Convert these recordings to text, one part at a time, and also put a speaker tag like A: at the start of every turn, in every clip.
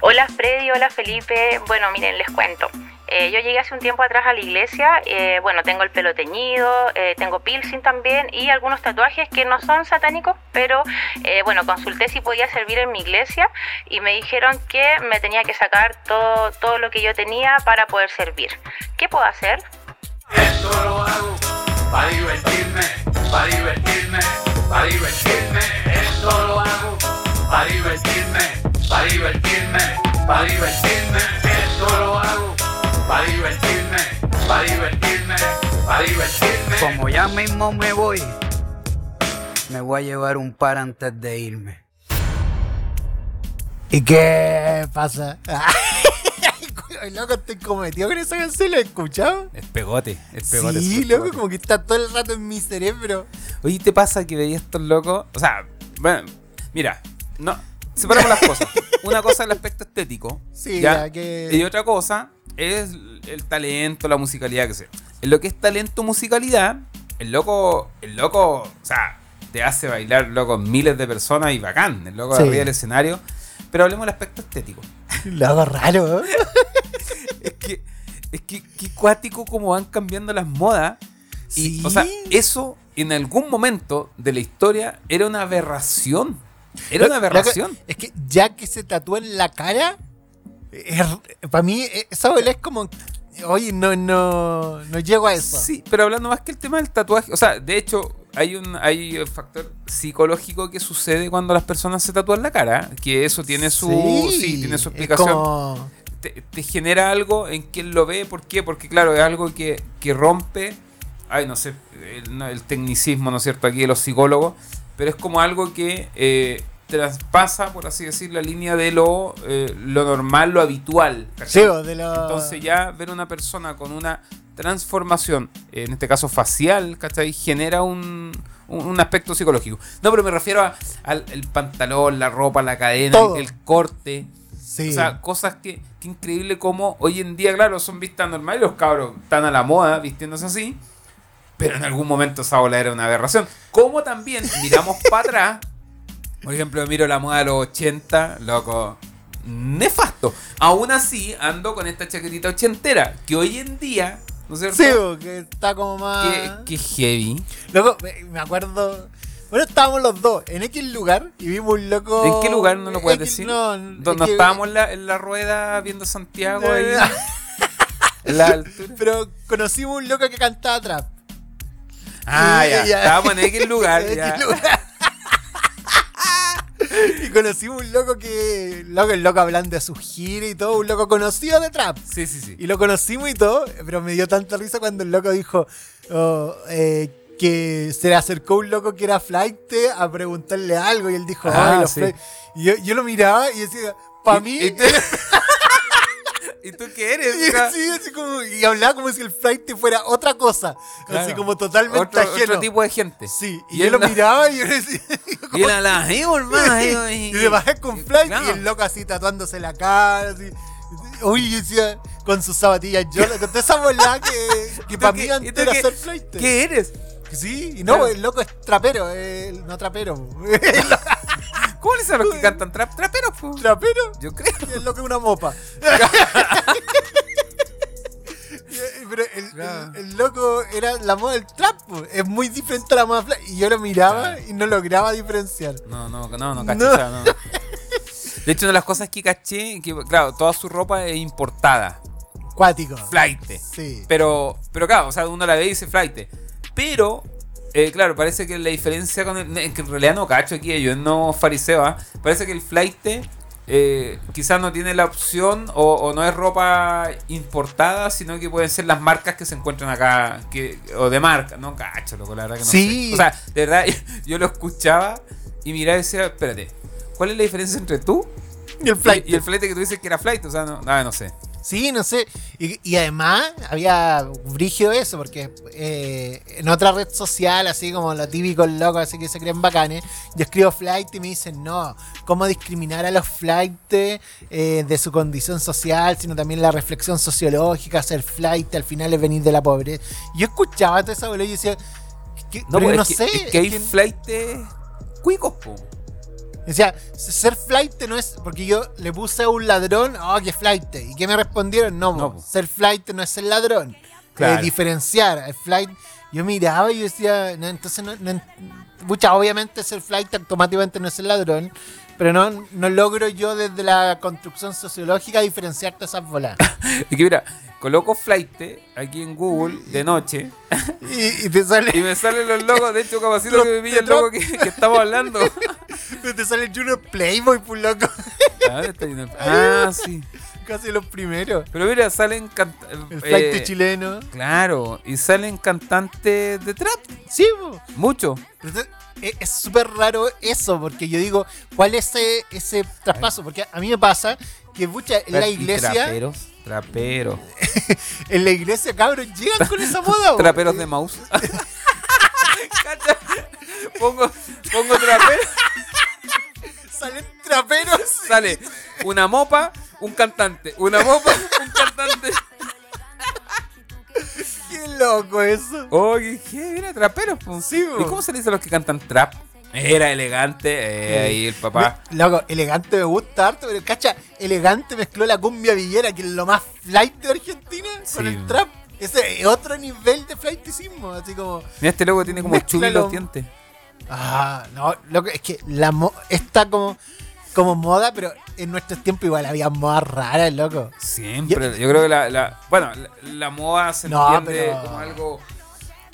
A: Hola Freddy, hola Felipe. Bueno, miren, les cuento. Eh, yo llegué hace un tiempo atrás a la iglesia, eh, bueno, tengo el pelo teñido, eh, tengo piercing también y algunos tatuajes que no son satánicos, pero eh, bueno, consulté si podía servir en mi iglesia y me dijeron que me tenía que sacar todo, todo lo que yo tenía para poder servir. ¿Qué puedo hacer?
B: Esto lo hago para divertirme, para divertirme, para divertirme. Esto lo hago para divertirme, para divertirme, para divertirme. Esto lo hago para divertirme, para divertirme, para divertirme.
C: Como ya mismo me voy, me voy a llevar un par antes de irme.
D: ¿Y qué pasa? Ay, loco, estoy cometido con esa canción, ¿lo he escuchado?
E: Es pegote, es pegote.
D: Sí,
E: es
D: loco,
E: pegote.
D: como que está todo el rato en mi cerebro.
E: Oye, ¿te pasa que veías estos locos? O sea, bueno, mira, no, separamos las cosas. Una cosa es el aspecto estético.
D: Sí, ya que-
E: Y otra cosa es el talento, la musicalidad, que sé. En lo que es talento, musicalidad, el loco, el loco, o sea, te hace bailar, loco, miles de personas y bacán. El loco
D: Sí.
E: arriba del escenario. Pero hablemos del aspecto estético.
D: Lo hago raro, ¿eh?
E: Es que, es que, qué cuático como van cambiando las modas. Y,
D: Sí.
E: O sea, eso en algún momento de la historia era una aberración. Era una
D: Loco,
E: aberración.
D: es que ya que se tatúa en la cara, para mí eh, esa bola es como, oye, no, no, no llego a eso.
E: Sí, pero hablando más que el tema del tatuaje. O sea, de hecho, hay un, hay un factor psicológico que sucede cuando las personas se tatúan la cara. Que eso tiene su, sí, tiene su
D: es
E: explicación.
D: como-
E: te, te genera algo en quien lo ve. ¿Por qué? Porque, claro, es algo que, que rompe. Ay, no sé, el, no, el tecnicismo, ¿no es cierto? Aquí de los psicólogos. Pero es como algo que eh, traspasa, por así decir, la línea de lo, eh, lo normal, lo habitual.
D: sí,
E: ¿cachai?
D: o de lo-
E: Entonces, ya ver una persona con una transformación, en este caso facial, ¿cachai? Genera un. un- un aspecto psicológico. No, pero me refiero a- al el pantalón, la ropa, la cadena,
D: Todo.
E: el- el corte.
D: sí.
E: O sea, cosas que, que increíble como hoy en día, claro, son vistas normales, los cabros están a la moda vistiéndose así, pero en algún momento esa ola era una aberración. Como también miramos para atrás, por ejemplo, yo miro la moda de los 80, loco, nefasto. Aún así, ando con esta chaquetita ochentera, que hoy en día, ¿no es cierto?
D: Sí, o que está como más...
E: que, que heavy.
D: Loco, me- me acuerdo... Bueno, estábamos los dos en X lugar y vimos un loco...
E: ¿En qué lugar no lo puedes
D: X-
E: decir?
D: No,
E: Donde
D: es que-
E: estábamos en la, en la rueda viendo Santiago ahí.
D: No, no,
E: en la altura.
D: Pero conocimos un loco que cantaba trap.
E: Ah,
D: Y-
E: ya.
D: ya.
E: Estábamos en X lugar.
D: En
E: ya.
D: X lugar. y conocimos un loco que. Loco, el loco hablando de su gira y todo, un loco conocido de trap.
E: Sí, sí, sí.
D: Y lo conocimos y todo, pero me dio tanta risa cuando el loco dijo oh, eh, que se le acercó un loco que era flight a preguntarle algo y él dijo,
E: Ah,
D: "Ay, los
E: sí.
D: flight". Y yo, yo lo miraba y decía, para mí.
E: ¿Y, tú, ¿Y tú qué eres?
D: Y,
E: O sea,
D: sí, así como- y hablaba como si el flight fuera otra cosa.
E: claro.
D: Así como totalmente
E: otro,
D: ajeno.
E: otro tipo de gente.
D: Sí, y,
E: Y
D: yo
E: él
D: lo
E: la-
D: miraba y yo decía.
E: Y él hablaba, "Eh, hermano, eh, eh".
D: y le bajé con flight
E: Claro.
D: y el loco así tatuándose la cara, así. Uy, yo decía, con sus zapatillas, yo con toda esa volada que, que
E: ¿Y tú
D: para
E: qué-
D: mí
E: y
D: antes
E: tú
D: era
E: qué-
D: ser flight.
E: ¿Qué eres?
D: Sí, y no,
E: Claro.
D: el loco es trapero, eh, no trapero.
E: ¿Cómo le dicen a los
D: Pues,
E: que cantan trap? Traperos, po.
D: trapero,
E: Yo creo.
D: y el loco es una mopa. Y- Pero el, el-
E: Claro.
D: el loco era la moda del trap, pues, es muy diferente a la moda flight. Y yo lo miraba y no lograba diferenciar.
E: No, no, no, no, caché,
D: No.
E: o sea, no. De hecho, una de las cosas que caché, que claro, toda su ropa es importada.
D: Cuático.
E: Flight.
D: Sí.
E: Pero, pero claro, o sea, uno la ve y dice flight. Pero, eh, claro, parece que la diferencia con el. es que en realidad no cacho aquí, yo no fariseo, ¿ah? Parece que el flight eh, quizás no tiene la opción o, o no es ropa importada, sino que pueden ser las marcas que se encuentran acá que, o de marca. No cacho, loco, la verdad que no
D: Sí.
E: sé. O sea, de verdad, yo lo escuchaba y miraba y decía, espérate, ¿cuál es la diferencia entre tú?
D: Y el flight.
E: Y, y el flight que tú dices que era flight, o sea, no, ah, no sé.
D: Sí, no sé. Y, y además había brígido eso, porque eh, en otra red social, así como lo típico, el loco, así que se creen bacanes, yo escribo flight y me dicen, no, ¿cómo discriminar a los flight eh, de su condición social, sino también la reflexión sociológica, ser flight al final es venir de la pobreza? Yo escuchaba toda esa bola y decía, ¿qué- pero
E: pues
D: no
E: es que-
D: sé,
E: es que hay
D: es que-
E: flightes cuicos, po.
D: Decía, ser flight no es. Porque yo le puse a un ladrón, oh, que flight. ¿Y qué me respondieron? No,
E: No,
D: po,
E: po.
D: ser flight no es ser ladrón.
E: Claro.
D: Eh, diferenciar. El flight. Yo miraba y yo decía, no, entonces no. no en- pucha, obviamente ser flight automáticamente no es el ladrón. Pero no, no logro yo desde la construcción sociológica diferenciarte esas bolas.
E: Y que mira, coloco flight aquí en Google de noche
D: y, y te sale.
E: y me salen los logos. De hecho, capacito que me pilla el logo que, que estamos hablando.
D: Te sale Junior Playboy, pues loco.
E: Ah, está lleno de- Ah, sí.
D: Casi los primeros.
E: Pero mira, salen cant-
D: El
E: eh,
D: flight chileno.
E: Claro, y salen cantantes de trap.
D: Sí, po.
E: Mucho.
D: Pero te- es es súper raro eso, porque yo digo, ¿cuál es ese, ese traspaso? Porque a mí me pasa que mucha, en la
E: Y
D: iglesia,
E: Traperos. Traperos.
D: en la iglesia, cabros, llegan con esa moda. bo.
E: Traperos de mouse. Cacha, pongo, pongo traperos.
D: Salen traperos.
E: Sale una mopa, un cantante. Una mopa, un cantante.
D: Qué loco eso.
E: Oye, Oh, ¿qué era? Traperos. po.
D: Sí, po.
E: ¿Y cómo se le dice a los que cantan trap? Era elegante. eh, ahí el papá.
D: Me- Loco, elegante me gusta harto, pero cacha, elegante mezcló la cumbia villera, que es lo más flight de Argentina, con
E: Sí.
D: el trap. Ese es otro nivel de flighticismo, así como.
E: Mira, este loco tiene como
D: Mézclalo.
E: chulos los dientes.
D: Ah, no, loco, es que la mo está como, como moda, pero en nuestros tiempos igual había modas raras, loco.
E: Siempre. Yo, creo que la, la- bueno, la, la moda se
D: No,
E: entiende
D: pero-
E: como algo,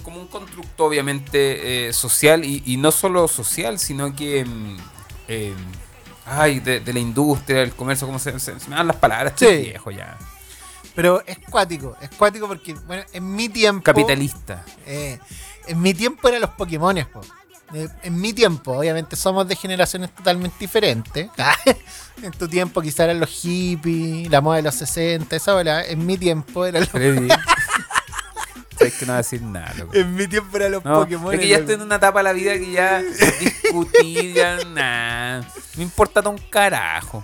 E: como un constructo obviamente eh, social y, y no solo social, sino que, mm, eh, ay, de, de la industria, del comercio, como se, se- se me dan las palabras,
D: Sí.
E: estoy viejo ya.
D: Pero es cuático, es cuático porque, bueno, en mi tiempo.
E: Capitalista.
D: eh, en mi tiempo eran los Pokémones, po. Eh, en mi tiempo, obviamente somos de generaciones totalmente diferentes. en tu tiempo quizá eran los hippies, la moda de los 60, esa bola. En mi tiempo eran los,
E: Freddy. Sabes que no va a decir nada, loco.
D: en mi tiempo eran los
E: No,
D: Pokémones.
E: es que ya
D: loco.
E: estoy en una etapa de la vida que ya discutir, ya nada. Me importa un carajo.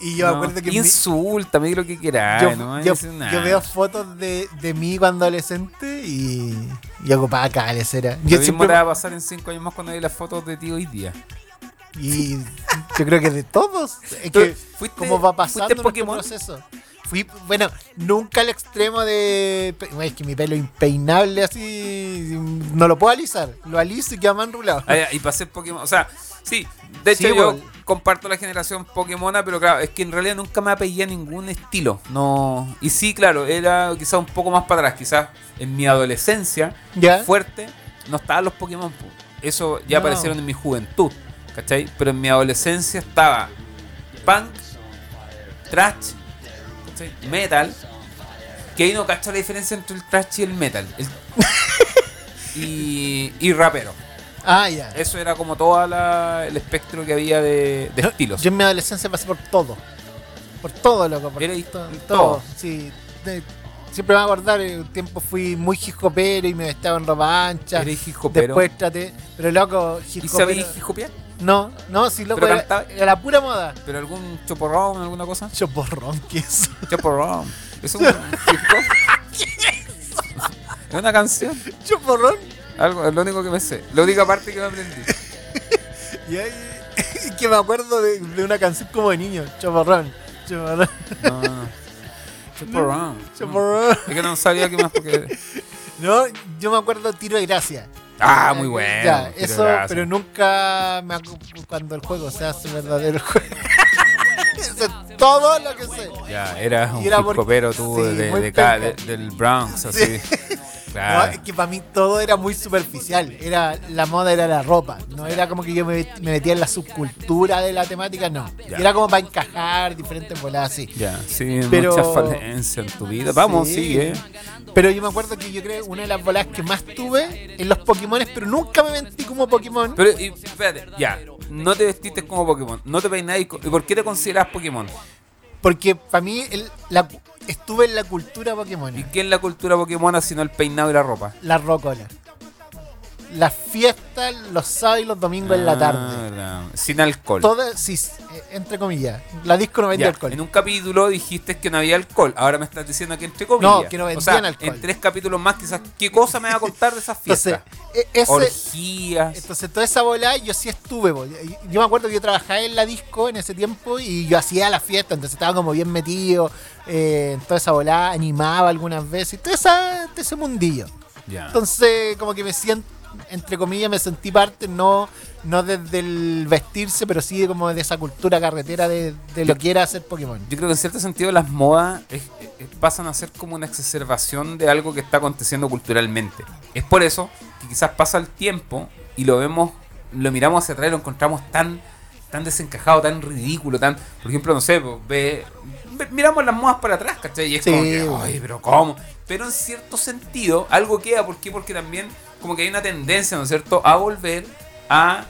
D: Y yo me
E: No,
D: acuerdo que en mi-
E: insulta, me di lo que quieras.
D: yo,
E: no me
D: yo-
E: dices nada.
D: yo veo fotos de, de mí cuando adolescente y, y ocupaba cales era. Yo
E: Lo mismo
D: siempre-
E: te va a pasar en 5 años más cuando veas las fotos de ti hoy día.
D: y yo creo que de todos. Es
E: Tú
D: que
E: fuiste-
D: como va pasando
E: fuiste
D: nuestro
E: Pokémon.
D: proceso. Fui, bueno, nunca al extremo de. pe- Bueno, Es que mi pelo impeinable así. No lo puedo alisar. Lo aliso y queda más enrulado.
E: Ah, ya, y pasé Pokémon. O sea, sí, de
D: Sí,
E: hecho yo
D: bueno.
E: comparto la generación Pokémona, pero claro, es que en realidad nunca me apellía ningún estilo. No. Y sí, claro, era quizás un poco más para atrás, quizás en mi adolescencia,
D: ¿Ya?
E: fuerte, no estaban los Pokémon. po. Eso ya
D: No.
E: aparecieron en mi juventud, ¿cachai? Pero en mi adolescencia estaba punk, trash, metal. Que ahí no cacho la diferencia entre el trash y el metal. El- y, y rapero.
D: Ah, ya.
E: Eso era como todo el espectro que había de, de
D: No,
E: estilos.
D: Yo en mi adolescencia pasé por todo. Por todo, loco. Por
E: Era y-
D: todo,
E: todo.
D: todo, Sí. De- siempre me voy a acordar, eh, un tiempo fui muy hijopero y me vestaba en ropa ancha.
E: Era hijopero.
D: Después traté. Pero loco,
E: ¿Y
D: hijopero.
E: sabéis hijopear?
D: No, no, sí, loco.
E: Pero
D: Era,
E: cantaba-
D: era la pura moda.
E: ¿Pero algún choporrón, alguna cosa?
D: Choporrón, que eso.
E: Choporrón. ¿Es un hip-hop? ¿Es una canción?
D: Choporrón.
E: Algo, es lo único que me sé. La única parte que me aprendí.
D: Y ahí, que me acuerdo de, de una canción como de niño. Choporrón. Choporrón.
E: No, no, no. Choporrón.
D: Choporrón.
E: Es que no sabía qué más porque...
D: No, yo me acuerdo Tiro de Gracia.
E: Ah, muy bueno.
D: Ya,
E: Tiro de
D: eso,
E: gracia.
D: pero nunca me acu- cuando el juego se hace verdadero juego. eso es todo lo que sé.
E: Ya, eras un
D: Y era porque-
E: hipopero tú
D: sí,
E: de, de-
D: muy
E: de acá,
D: penca.
E: de- del Bronx, así.
D: No,
E: Claro.
D: es que para mí todo era muy superficial. Era la moda era la ropa. No era como que yo me, me metía en la subcultura de la temática, no.
E: Ya.
D: Era como para encajar diferentes voladas así.
E: Ya, sí,
D: Pero-
E: mucha falencia en tu vida. Vamos,
D: Sí.
E: sigue.
D: Pero yo me acuerdo que yo creo que una de las bolas que más tuve en los Pokémon, pero nunca me mentí como Pokémon.
E: Pero, y, espérate, ya. No te vestiste como Pokémon, no te peináis. co- ¿Y por qué te consideras Pokémon?
D: Porque para mí el- la- estuve en la cultura Pokémon.
E: ¿Y qué es la cultura Pokémon sino el peinado y la ropa?
D: La rocola. las fiestas los sábados y los domingos en la tarde.
E: Ah, la- Sin alcohol.
D: Todas, sí, eh, entre comillas, la disco no vende
E: Ya,
D: alcohol.
E: En un capítulo dijiste que no había alcohol. Ahora me estás diciendo que entre comillas.
D: No, que no
E: O
D: vendían
E: sea,
D: alcohol.
E: En tres capítulos más, quizás, ¿qué cosa me va a contar de esas
D: Entonces,
E: fiestas?
D: e- ese-
E: Orgías.
D: entonces toda esa bola yo sí estuve. po. Y- Yo me acuerdo que yo trabajaba en la disco en ese tiempo y yo hacía la fiesta, entonces estaba como bien metido eh, en toda esa bola, animaba algunas veces, y todo, esa, todo ese mundillo.
E: Ya.
D: Entonces, como que me siento, entre comillas, me sentí parte, no, no desde el vestirse, pero sí como de esa cultura carretera de, de lo que era hacer Pokémon.
E: Yo creo que en cierto sentido las modas es- es- pasan a ser como una exacerbación de algo que está aconteciendo culturalmente. Es por eso que quizás pasa el tiempo y lo vemos, lo miramos hacia atrás y lo encontramos tan, tan desencajado, tan ridículo, tan, por ejemplo, no sé, pues, ve- ve- miramos las modas para atrás, ¿cachai? Y es
D: Sí,
E: como que,
D: bueno.
E: ay, pero ¿cómo? Pero en cierto sentido, algo queda, ¿por qué? Porque también como que hay una tendencia, ¿no es cierto?, a volver a,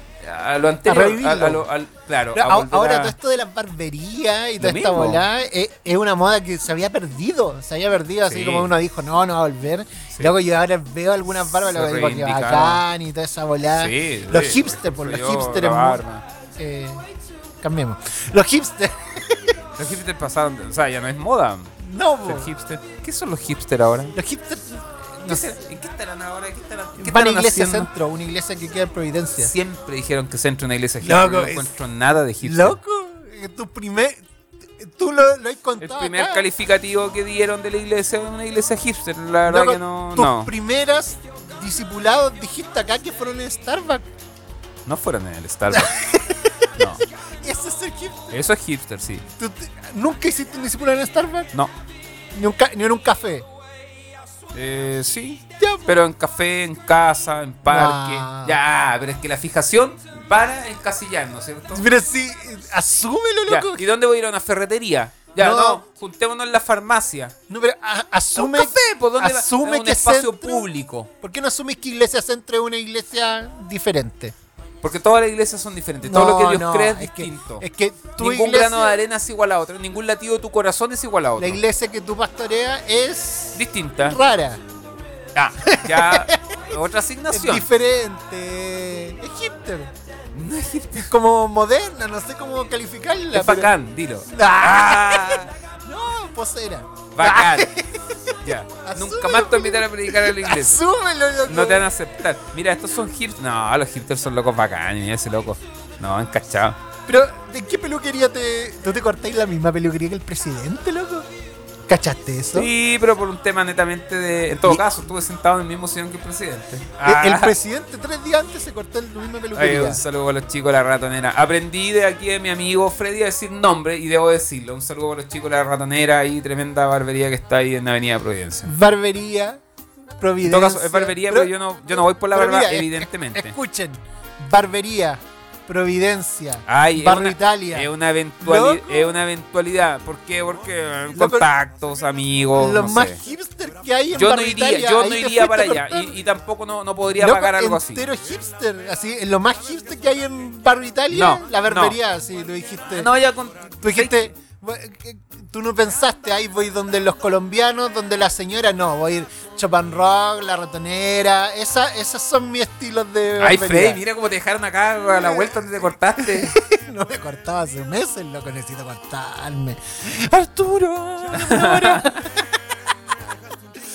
E: a lo anterior.
D: revivirlo.
E: lo- al- claro,
D: Pero
E: a
D: a-
E: volver
D: ahora
E: a-
D: todo esto de las barberías y
E: Lo
D: toda esta
E: mismo.
D: volada es, es una moda que se había perdido. Se había perdido,
E: Sí.
D: así como uno dijo, no, no va a volver.
E: Sí.
D: Luego yo ahora veo algunas barbas,
E: Se
D: lo que digo, que
E: reivindicaron.
D: bacán y toda esa volada.
E: Sí,
D: los
E: sí,
D: hipsters,
E: por
D: por los
E: ejemplo, yo,
D: hipsters.
E: la
D: mu-
E: barba.
D: eh, cambiemos. Los hipsters.
E: Los hipsters pasaron, o sea, ya no es moda.
D: no, po.
E: Ser hipster. ¿Qué son los hipsters ahora?
D: los hipsters.
E: ¿Qué será- ¿En qué estarán ahora? ¿Qué estarán, qué
D: Van a
E: estarán
D: Iglesia
E: haciendo?
D: Centro, una iglesia que queda en Providencia.
E: Siempre dijeron que se entra una iglesia hipster.
D: Loco,
E: pero no
D: es-
E: encuentro nada de hipster.
D: Loco, eh, tu primer. Tú lo, lo has
E: El
D: contado.
E: primer
D: acá.
E: calificativo que dieron de la iglesia era una iglesia hipster. La verdad
D: Loco,
E: que no.
D: Tus
E: No,
D: primeras discipulados dijiste acá que fueron en Starbucks.
E: no fueron en el Starbucks. no,
D: Ese es el hipster.
E: eso es hipster, sí.
D: ¿Tú te- ¿Nunca hiciste un discipulado en Starbucks?
E: No,
D: Ni, un ca- ni en un café.
E: eh, sí.
D: Ya, po.
E: Pero en café, en casa, en parque.
D: Ah.
E: Ya, pero es que la fijación para encasillar, ¿no es cierto?
D: Pero sí, eh, asúmelo,
E: Ya,
D: loco.
E: ¿Y dónde voy a ir a una ferretería? Ya, no,
D: No.
E: juntémonos en la farmacia.
D: No, pero a- asume.
E: a un café, ¿por dónde va?
D: asume
E: A un
D: que
E: espacio
D: centro-
E: público.
D: ¿Por qué no asumes que Iglesia Centro es una iglesia diferente?
E: Porque todas las iglesias son diferentes. todo lo
D: No,
E: que Dios
D: no,
E: cree es,
D: es que-
E: distinto.
D: es que tu
E: Ningún
D: iglesia-
E: grano de arena es igual a otro. Ningún latido de tu corazón es igual a otro.
D: La iglesia que tú pastoreas es
E: Distinta.
D: rara,
E: Ya, ya. Otra
D: es
E: asignación.
D: diferente, es hipster,
E: No es hipster.
D: es como moderna, no sé cómo calificarla.
E: Es
D: pero-
E: bacán, dilo.
D: Ah,
E: Ah,
D: no, posera.
E: bacán. Ya.
D: Asume,
E: Nunca más te invitar a predicar a la iglesia.
D: Asúmelo, loco.
E: No te van a aceptar. Mira, estos son hipsters. No, los hipsters son locos bacanes. Mira ese loco. No, encachado.
D: Pero, ¿de qué peluquería te. ¿Tú te cortáis la misma peluquería que el presidente, loco? ¿Cachaste eso?
E: Sí, pero por un tema netamente de. En todo
D: Y-
E: caso, estuve sentado en el mismo sillón que el presidente.
D: E- El
E: Ah.
D: presidente tres días antes se cortó la misma
E: Ay,
D: peluquería.
E: un saludo a los chicos de la ratonera. Aprendí de aquí de mi amigo Freddy a decir nombre y debo decirlo. Un saludo a los chicos de la ratonera y tremenda barbería que está ahí en Avenida Providencia.
D: barbería,
E: En
D: Providencia.
E: todo caso, es barbería, pero, yo, no, yo no voy por la
D: pero
E: barba,
D: mira, eh, es-
E: evidentemente.
D: Escuchen, barbería, Providencia,
E: Ay, es
D: Barrio
E: una-
D: Italia.
E: Es una, eventuali-
D: Loco.
E: es una eventualidad. ¿Por qué? Porque eh,
D: Loco,
E: contactos, amigos.
D: Los
E: no
D: más
E: sé.
D: hipster que hay en
E: Yo no
D: Barrio
E: iría,
D: Italia,
E: yo
D: ahí
E: no
D: te fuiste
E: iría para
D: a
E: allá.
D: cortar.
E: Y, y tampoco no, no podría
D: Loco,
E: pagar algo así.
D: entero hipster, así, en lo más hipster que hay en Barrio Italia,
E: No,
D: la barbería, así, lo dijiste.
E: No, ya con.
D: Tú dijiste, "Bu- que- tú no pensaste, ahí voy donde los colombianos, donde la señora, no, voy a ir Chop and Rock, La Ratonera, esa, esos son mis estilos de
E: Ay,
D: barbería.
E: Freddy, mira cómo te dejaron acá a la vuelta donde te cortaste.
D: No me cortaba hace meses, loco, necesito cortarme. Arturo. Arturo.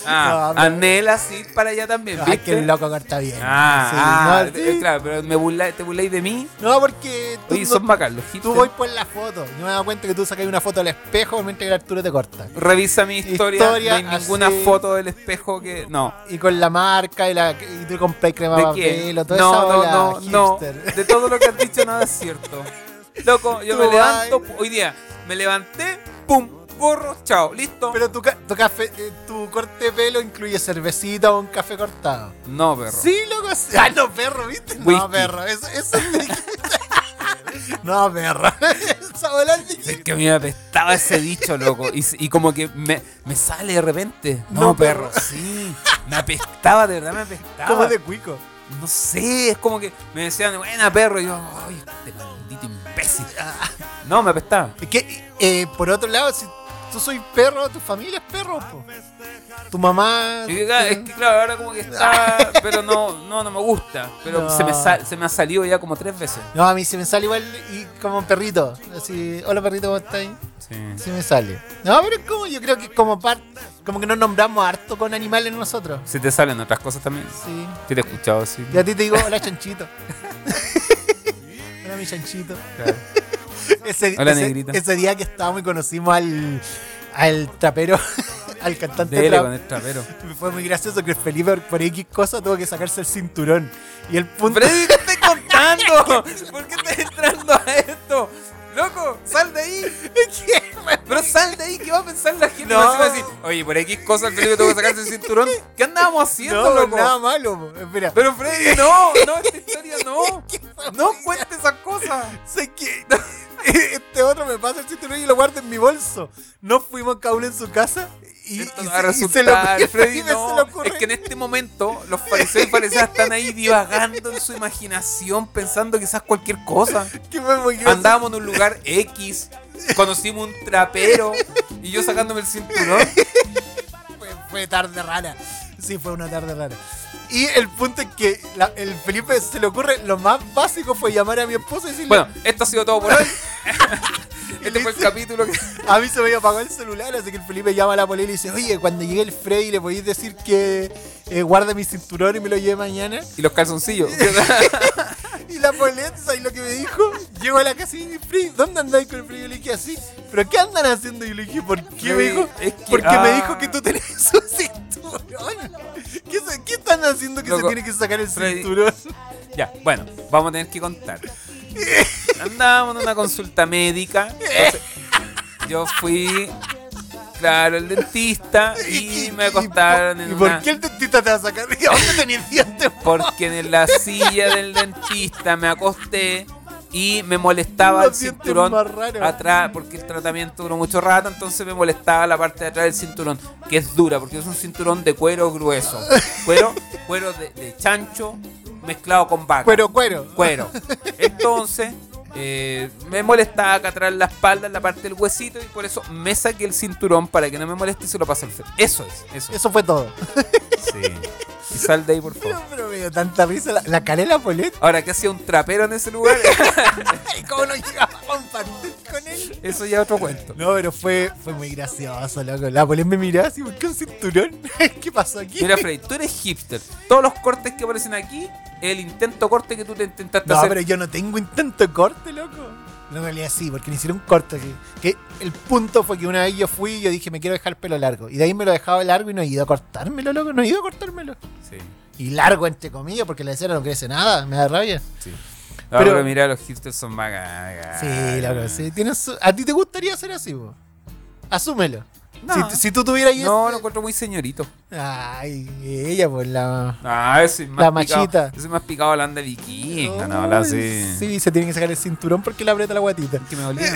E: Ah,
D: No, pero-
E: anhelas ir para allá también,
D: Ay,
E: ¿viste?
D: que el loco corta bien. Sí,
E: Ah, ah,
D: no,
E: eh,
D: sí.
E: claro, pero me burla, te burláis de mí.
D: No, porque tú,
E: Oye,
D: no-
E: son bacán los hipsters.
D: tú voy por la foto. Yo me he dado cuenta que tú sacas una foto al espejo mientras que Arturo te corta.
E: Revisa mi historia,
D: Historia,
E: no hay ninguna
D: así.
E: foto del espejo que... No,
D: Y con la marca y, la, y tú compras crema
E: ¿de
D: para
E: quién?
D: pelo,
E: No,
D: toda esa
E: no,
D: bola
E: no, no,
D: hipster.
E: de todo lo que has dicho nada es cierto. Loco, yo
D: Tú
E: me levanto,
D: vas.
E: hoy día, me levanté, pum, gorro, chao, listo.
D: Pero tu, ca- tu café, eh, tu corte de pelo incluye cervecita o un café cortado.
E: no, perro.
D: Sí, loco. sí. Ah, no, perro, ¿viste?
E: Whisky.
D: No, perro. Eso, eso es de- No, perro. Esa bola es de-
E: Es que a mí me apestaba ese dicho, loco. Y, y como que me, me sale de repente. No,
D: No,
E: perro,
D: perro.
E: sí. Me apestaba, de verdad me apestaba.
D: Como de cuico.
E: No sé, es como que me decían, buena perro. Y yo, ay,
D: Ah.
E: este maldito imbécil. No, me apestaba.
D: Es que, eh, por otro lado, si, tú soy perro, tu familia es perro, po. Tu mamá.
E: Es que, claro, es que, "Ah, este, claro, ahora como que está. Pero no, no, no me gusta. Pero
D: No.
E: se, me sa- se me ha salido ya como tres veces.
D: No, a mí se me sale igual y como un perrito. Así, hola perrito, ¿cómo estás?
E: Sí.
D: Sí me sale. No, pero es como, yo creo que es como parte, como que nos nombramos harto con animales nosotros.
E: Si te salen otras cosas también.
D: Sí.
E: Sí, te he escuchado, sí.
D: Y a ti te digo, hola chanchito. hola mi chanchito.
E: Claro.
D: Ese,
E: Hola,
D: ese-
E: negrita.
D: ese día que estábamos y conocimos al, al trapero, al cantante
E: Dele
D: trap,
E: con el trapero.
D: Fue muy gracioso que el Felipe por, por X cosa tuvo que sacarse el cinturón. Y el punto.
E: Freddy, ¿qué estás contando? ¿Por qué estás entrando a esto? Loco, sal de ahí. Pero sal de ahí, ¿qué va a pensar la gente?
D: No.
E: Así va a decir, Oye, por X cosas el Freddy tuvo que sacarse el cinturón. ¿Qué andábamos haciendo,
D: no,
E: loco?
D: nada malo. po. Espera.
E: Pero Freddy, no, no, esta historia no. No cuentes esas cosas.
D: Sé que este otro me pasa el cinturón y lo guarda en mi bolso. No fuimos cada uno en su casa y,
E: Esto
D: y
E: no va a
D: se- y se
E: resultar,
D: lo- y
E: Freddy,
D: se le
E: no.
D: ocurre.
E: Es que en este momento los fariseos y fariseas están ahí divagando en su imaginación, pensando quizás cualquier cosa.
D: que fue muy gracioso.
E: Andábamos en un lugar X, conocimos un trapero y yo sacándome el cinturón.
D: Fue, fue tarde rara. Sí, fue una tarde rara. Y el punto es que la- el Felipe se le ocurre, lo más básico fue llamar a mi esposa y decirle,
E: Bueno, esto ha sido todo por hoy. Este fue el capítulo que.
D: a mí se me había apagado el celular, así que el Felipe llama a la polera y le dice, oye, cuando llegue el Freddy le podéis decir que eh, guarde mi cinturón y me lo lleve mañana.
E: Y los calzoncillos.
D: Y la poleta y lo que me dijo, llego a la casa y Freddy, ¿dónde andáis con el Freddy? Yo le dije así, ¿pero qué andan haciendo? Y yo le dije, ¿por qué me
E: Freddy,
D: dijo?
E: es que-
D: Porque me
E: ah.
D: dijo que tú tenés un cinturón. ¿Qué, se- qué están haciendo que se
E: Loco,
D: tiene que sacar el
E: Freddy-
D: cinturón?
E: Ya, bueno, vamos a tener que contar. Andábamos en una consulta médica. entonces, yo fui, claro, al dentista y me acostaron en
D: ¿Y por
E: una-
D: qué el dentista te va a sacar? ¿Y dónde tenías dientes?
E: Porque en la silla del dentista me acosté y me molestaba
D: Los
E: el
D: dientes
E: cinturón
D: más raros.
E: atrás, porque el tratamiento duró mucho rato, entonces me molestaba la parte de atrás del cinturón, que es dura, porque es un cinturón de cuero grueso. Cuero, cuero de, de chancho mezclado con vaca
D: Cuero, cuero.
E: cuero. Entonces, eh, me molestaba acá atrás en la espalda, en la parte del huesito, y por eso me saqué el cinturón para que no me moleste y se lo pase al Fred. Eso es, eso es.
D: Eso fue todo.
E: Y sal de ahí, por favor.
D: Pero, pero me dio tanta risa la, la carela poleta.
E: Ahora, ¿qué hacía un trapero en ese lugar?
D: ¿Y cómo no llegaba a compartir con él?
E: Eso ya es otro cuento.
D: No, pero fue, fue muy gracioso, loco. La poleta me miraba así, ¿por qué un cinturón? ¿Qué pasó aquí?
E: Mira, Freddy, tú eres hipster. Todos los cortes que aparecen aquí, el intento corte que tú te intentaste
D: No,
E: hacer.
D: pero yo no tengo intento de corte, loco. No, En realidad sí, porque me hicieron corte. así. Que el punto fue que una vez yo fui y yo dije, me quiero dejar el pelo largo. Y de ahí me lo dejaba largo y no he ido a cortármelo, loco. No he ido a cortármelo.
E: Sí,
D: Y largo, entre comillas, porque la escena no crece nada. Me da rabia.
E: sí. No,
D: Pero-
E: pero, mira, los hipsters son vagas.
D: Sí, loco, sí. Tienes su- ¿A ti te gustaría ser así, vos? Asúmelo.
E: No.
D: Si, si tú tuvieras...
E: No, lo encuentro muy señorito.
D: Ay, ella, pues la...
E: Ah, ese es más
D: La
E: picado.
D: machita.
E: Ese es más picado la anda viking. No, no,
D: Ay,
E: la sí.
D: Sí, se tiene que sacar el cinturón porque le aprieta la guatita.
E: Que me olía.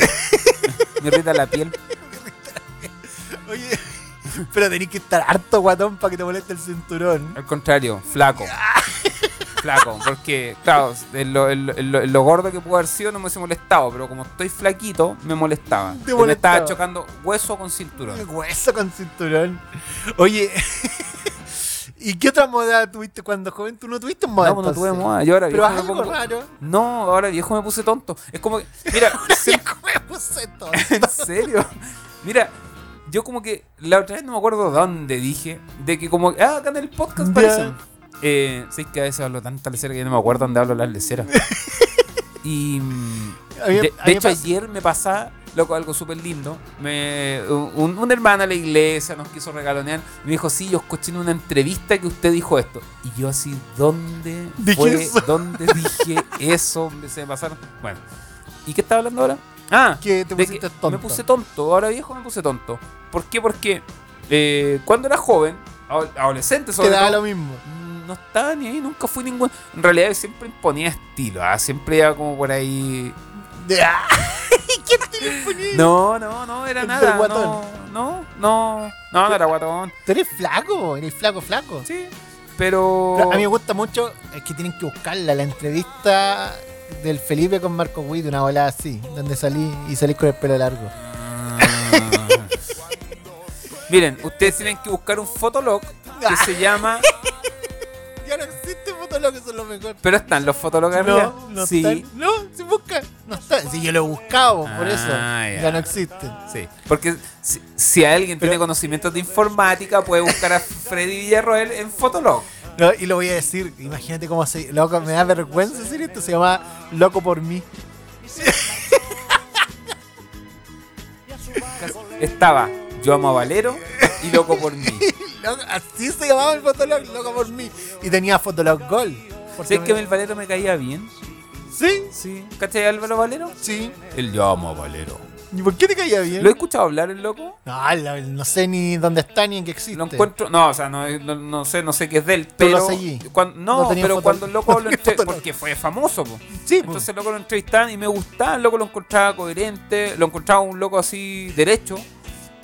E: me irrita la piel.
D: Oye, pero tenés que estar harto guatón para que te moleste el cinturón.
E: Al contrario, flaco. Flaco, porque, claro, en lo, en lo- en lo- en lo gordo que pudo haber sido no me hubiese molestado, pero como estoy flaquito, me molestaba.
D: Te
E: Me
D: molestaba.
E: estaba chocando hueso con cinturón.
D: Hueso con cinturón. Oye, ¿y qué otra moda tuviste cuando joven? ¿Tú no tuviste moda?
E: No, pues no tuve
D: entonces?
E: moda. Yo ahora
D: Pero
E: viejo me
D: algo
E: pongo-
D: raro.
E: No, ahora viejo me puse tonto. Es como que, mira, siempre-
D: Viejo, me puse todo.
E: ¿En serio? Mira, yo como que la otra vez no me acuerdo dónde dije, de que como, ah, acá en el podcast
D: Ya.
E: parece. Eh, sí, que a veces hablo tanta lecera que ya no me acuerdo dónde hablo las leceras. y mm,
D: A mí-
E: de,
D: a mí
E: de
D: me
E: hecho
D: pasa-
E: ayer me pasaba, loco, algo súper lindo. Me, un, un hermano a la iglesia nos quiso regalonear. Me dijo, sí, yo escuché en una entrevista que usted dijo esto. Y yo así, ¿dónde
D: Dije
E: fue?
D: eso.
E: ¿Dónde dije eso? Se me pasaron. Bueno. ¿Y qué estaba hablando ahora? Ah,
D: Que te
E: de
D: pusiste
E: que
D: tonto.
E: Me puse tonto, ahora viejo me puse tonto. ¿Por qué? Porque eh, cuando era joven, ado- adolescente sobre
D: Te daba
E: todo,
D: lo mismo.
E: mm, no estaba ni ahí, nunca fui ningún... En realidad siempre imponía estilo, ah, siempre iba como por ahí...
D: De- ¡Ah! ¿Qué te le ponía?
E: No, no, no era
D: El
E: nada.
D: guatón.
E: No, no, no, no, no era guatón.
D: Tú eres flaco, eres flaco, flaco.
E: Sí, pero...
D: Pero a mí me gusta mucho, es que tienen que buscarla, la entrevista del Felipe con Marco Witt, una bola así, donde salí y salís con el pelo largo.
E: Ah, Miren, ustedes tienen que buscar un fotolog que se llama.
D: Ya no existe Fotolog, eso es lo mejor.
E: Pero están los fotologs arriba.
D: No, no
E: sí,
D: están- No, se busca. No está. Si yo lo buscaba, por
E: Ah,
D: eso.
E: ya.
D: Ya no existen.
E: sí. Porque si, si alguien tiene
D: Pero-
E: conocimientos de informática, puede buscar a Freddy Villarroel en fotolog.
D: No, y lo voy a decir, imagínate cómo se. Loco, me da vergüenza decir esto, se llama Loco por mí.
E: Estaba Yo amo a Valero y Loco por mí.
D: Loco, así se llamaba el Fotolog, Loco por mí. Y tenía Fotolog Gol.
E: ¿Sabes que el Valero me caía bien?
D: Sí,
E: Sí. ¿Cachai Álvaro Valero?
D: sí.
E: El Yo amo a Valero.
D: ¿Y por qué te caía bien?
E: ¿Lo he escuchado hablar el loco?
D: No, la- no sé ni dónde está ni en qué existe.
E: No encuentro, no, o sea, no, no- no sé, no sé qué es de él, pero
D: lo seguí.
E: cuan- no,
D: No tenía
E: pero
D: foto-
E: cuando el loco
D: no
E: lo
D: tenía
E: entre-
D: foto-
E: porque fue famoso, po.
D: Sí, pues.
E: entonces el loco lo entrevistaban y me gustaba, el loco lo encontraba coherente, lo encontraba un loco así derecho,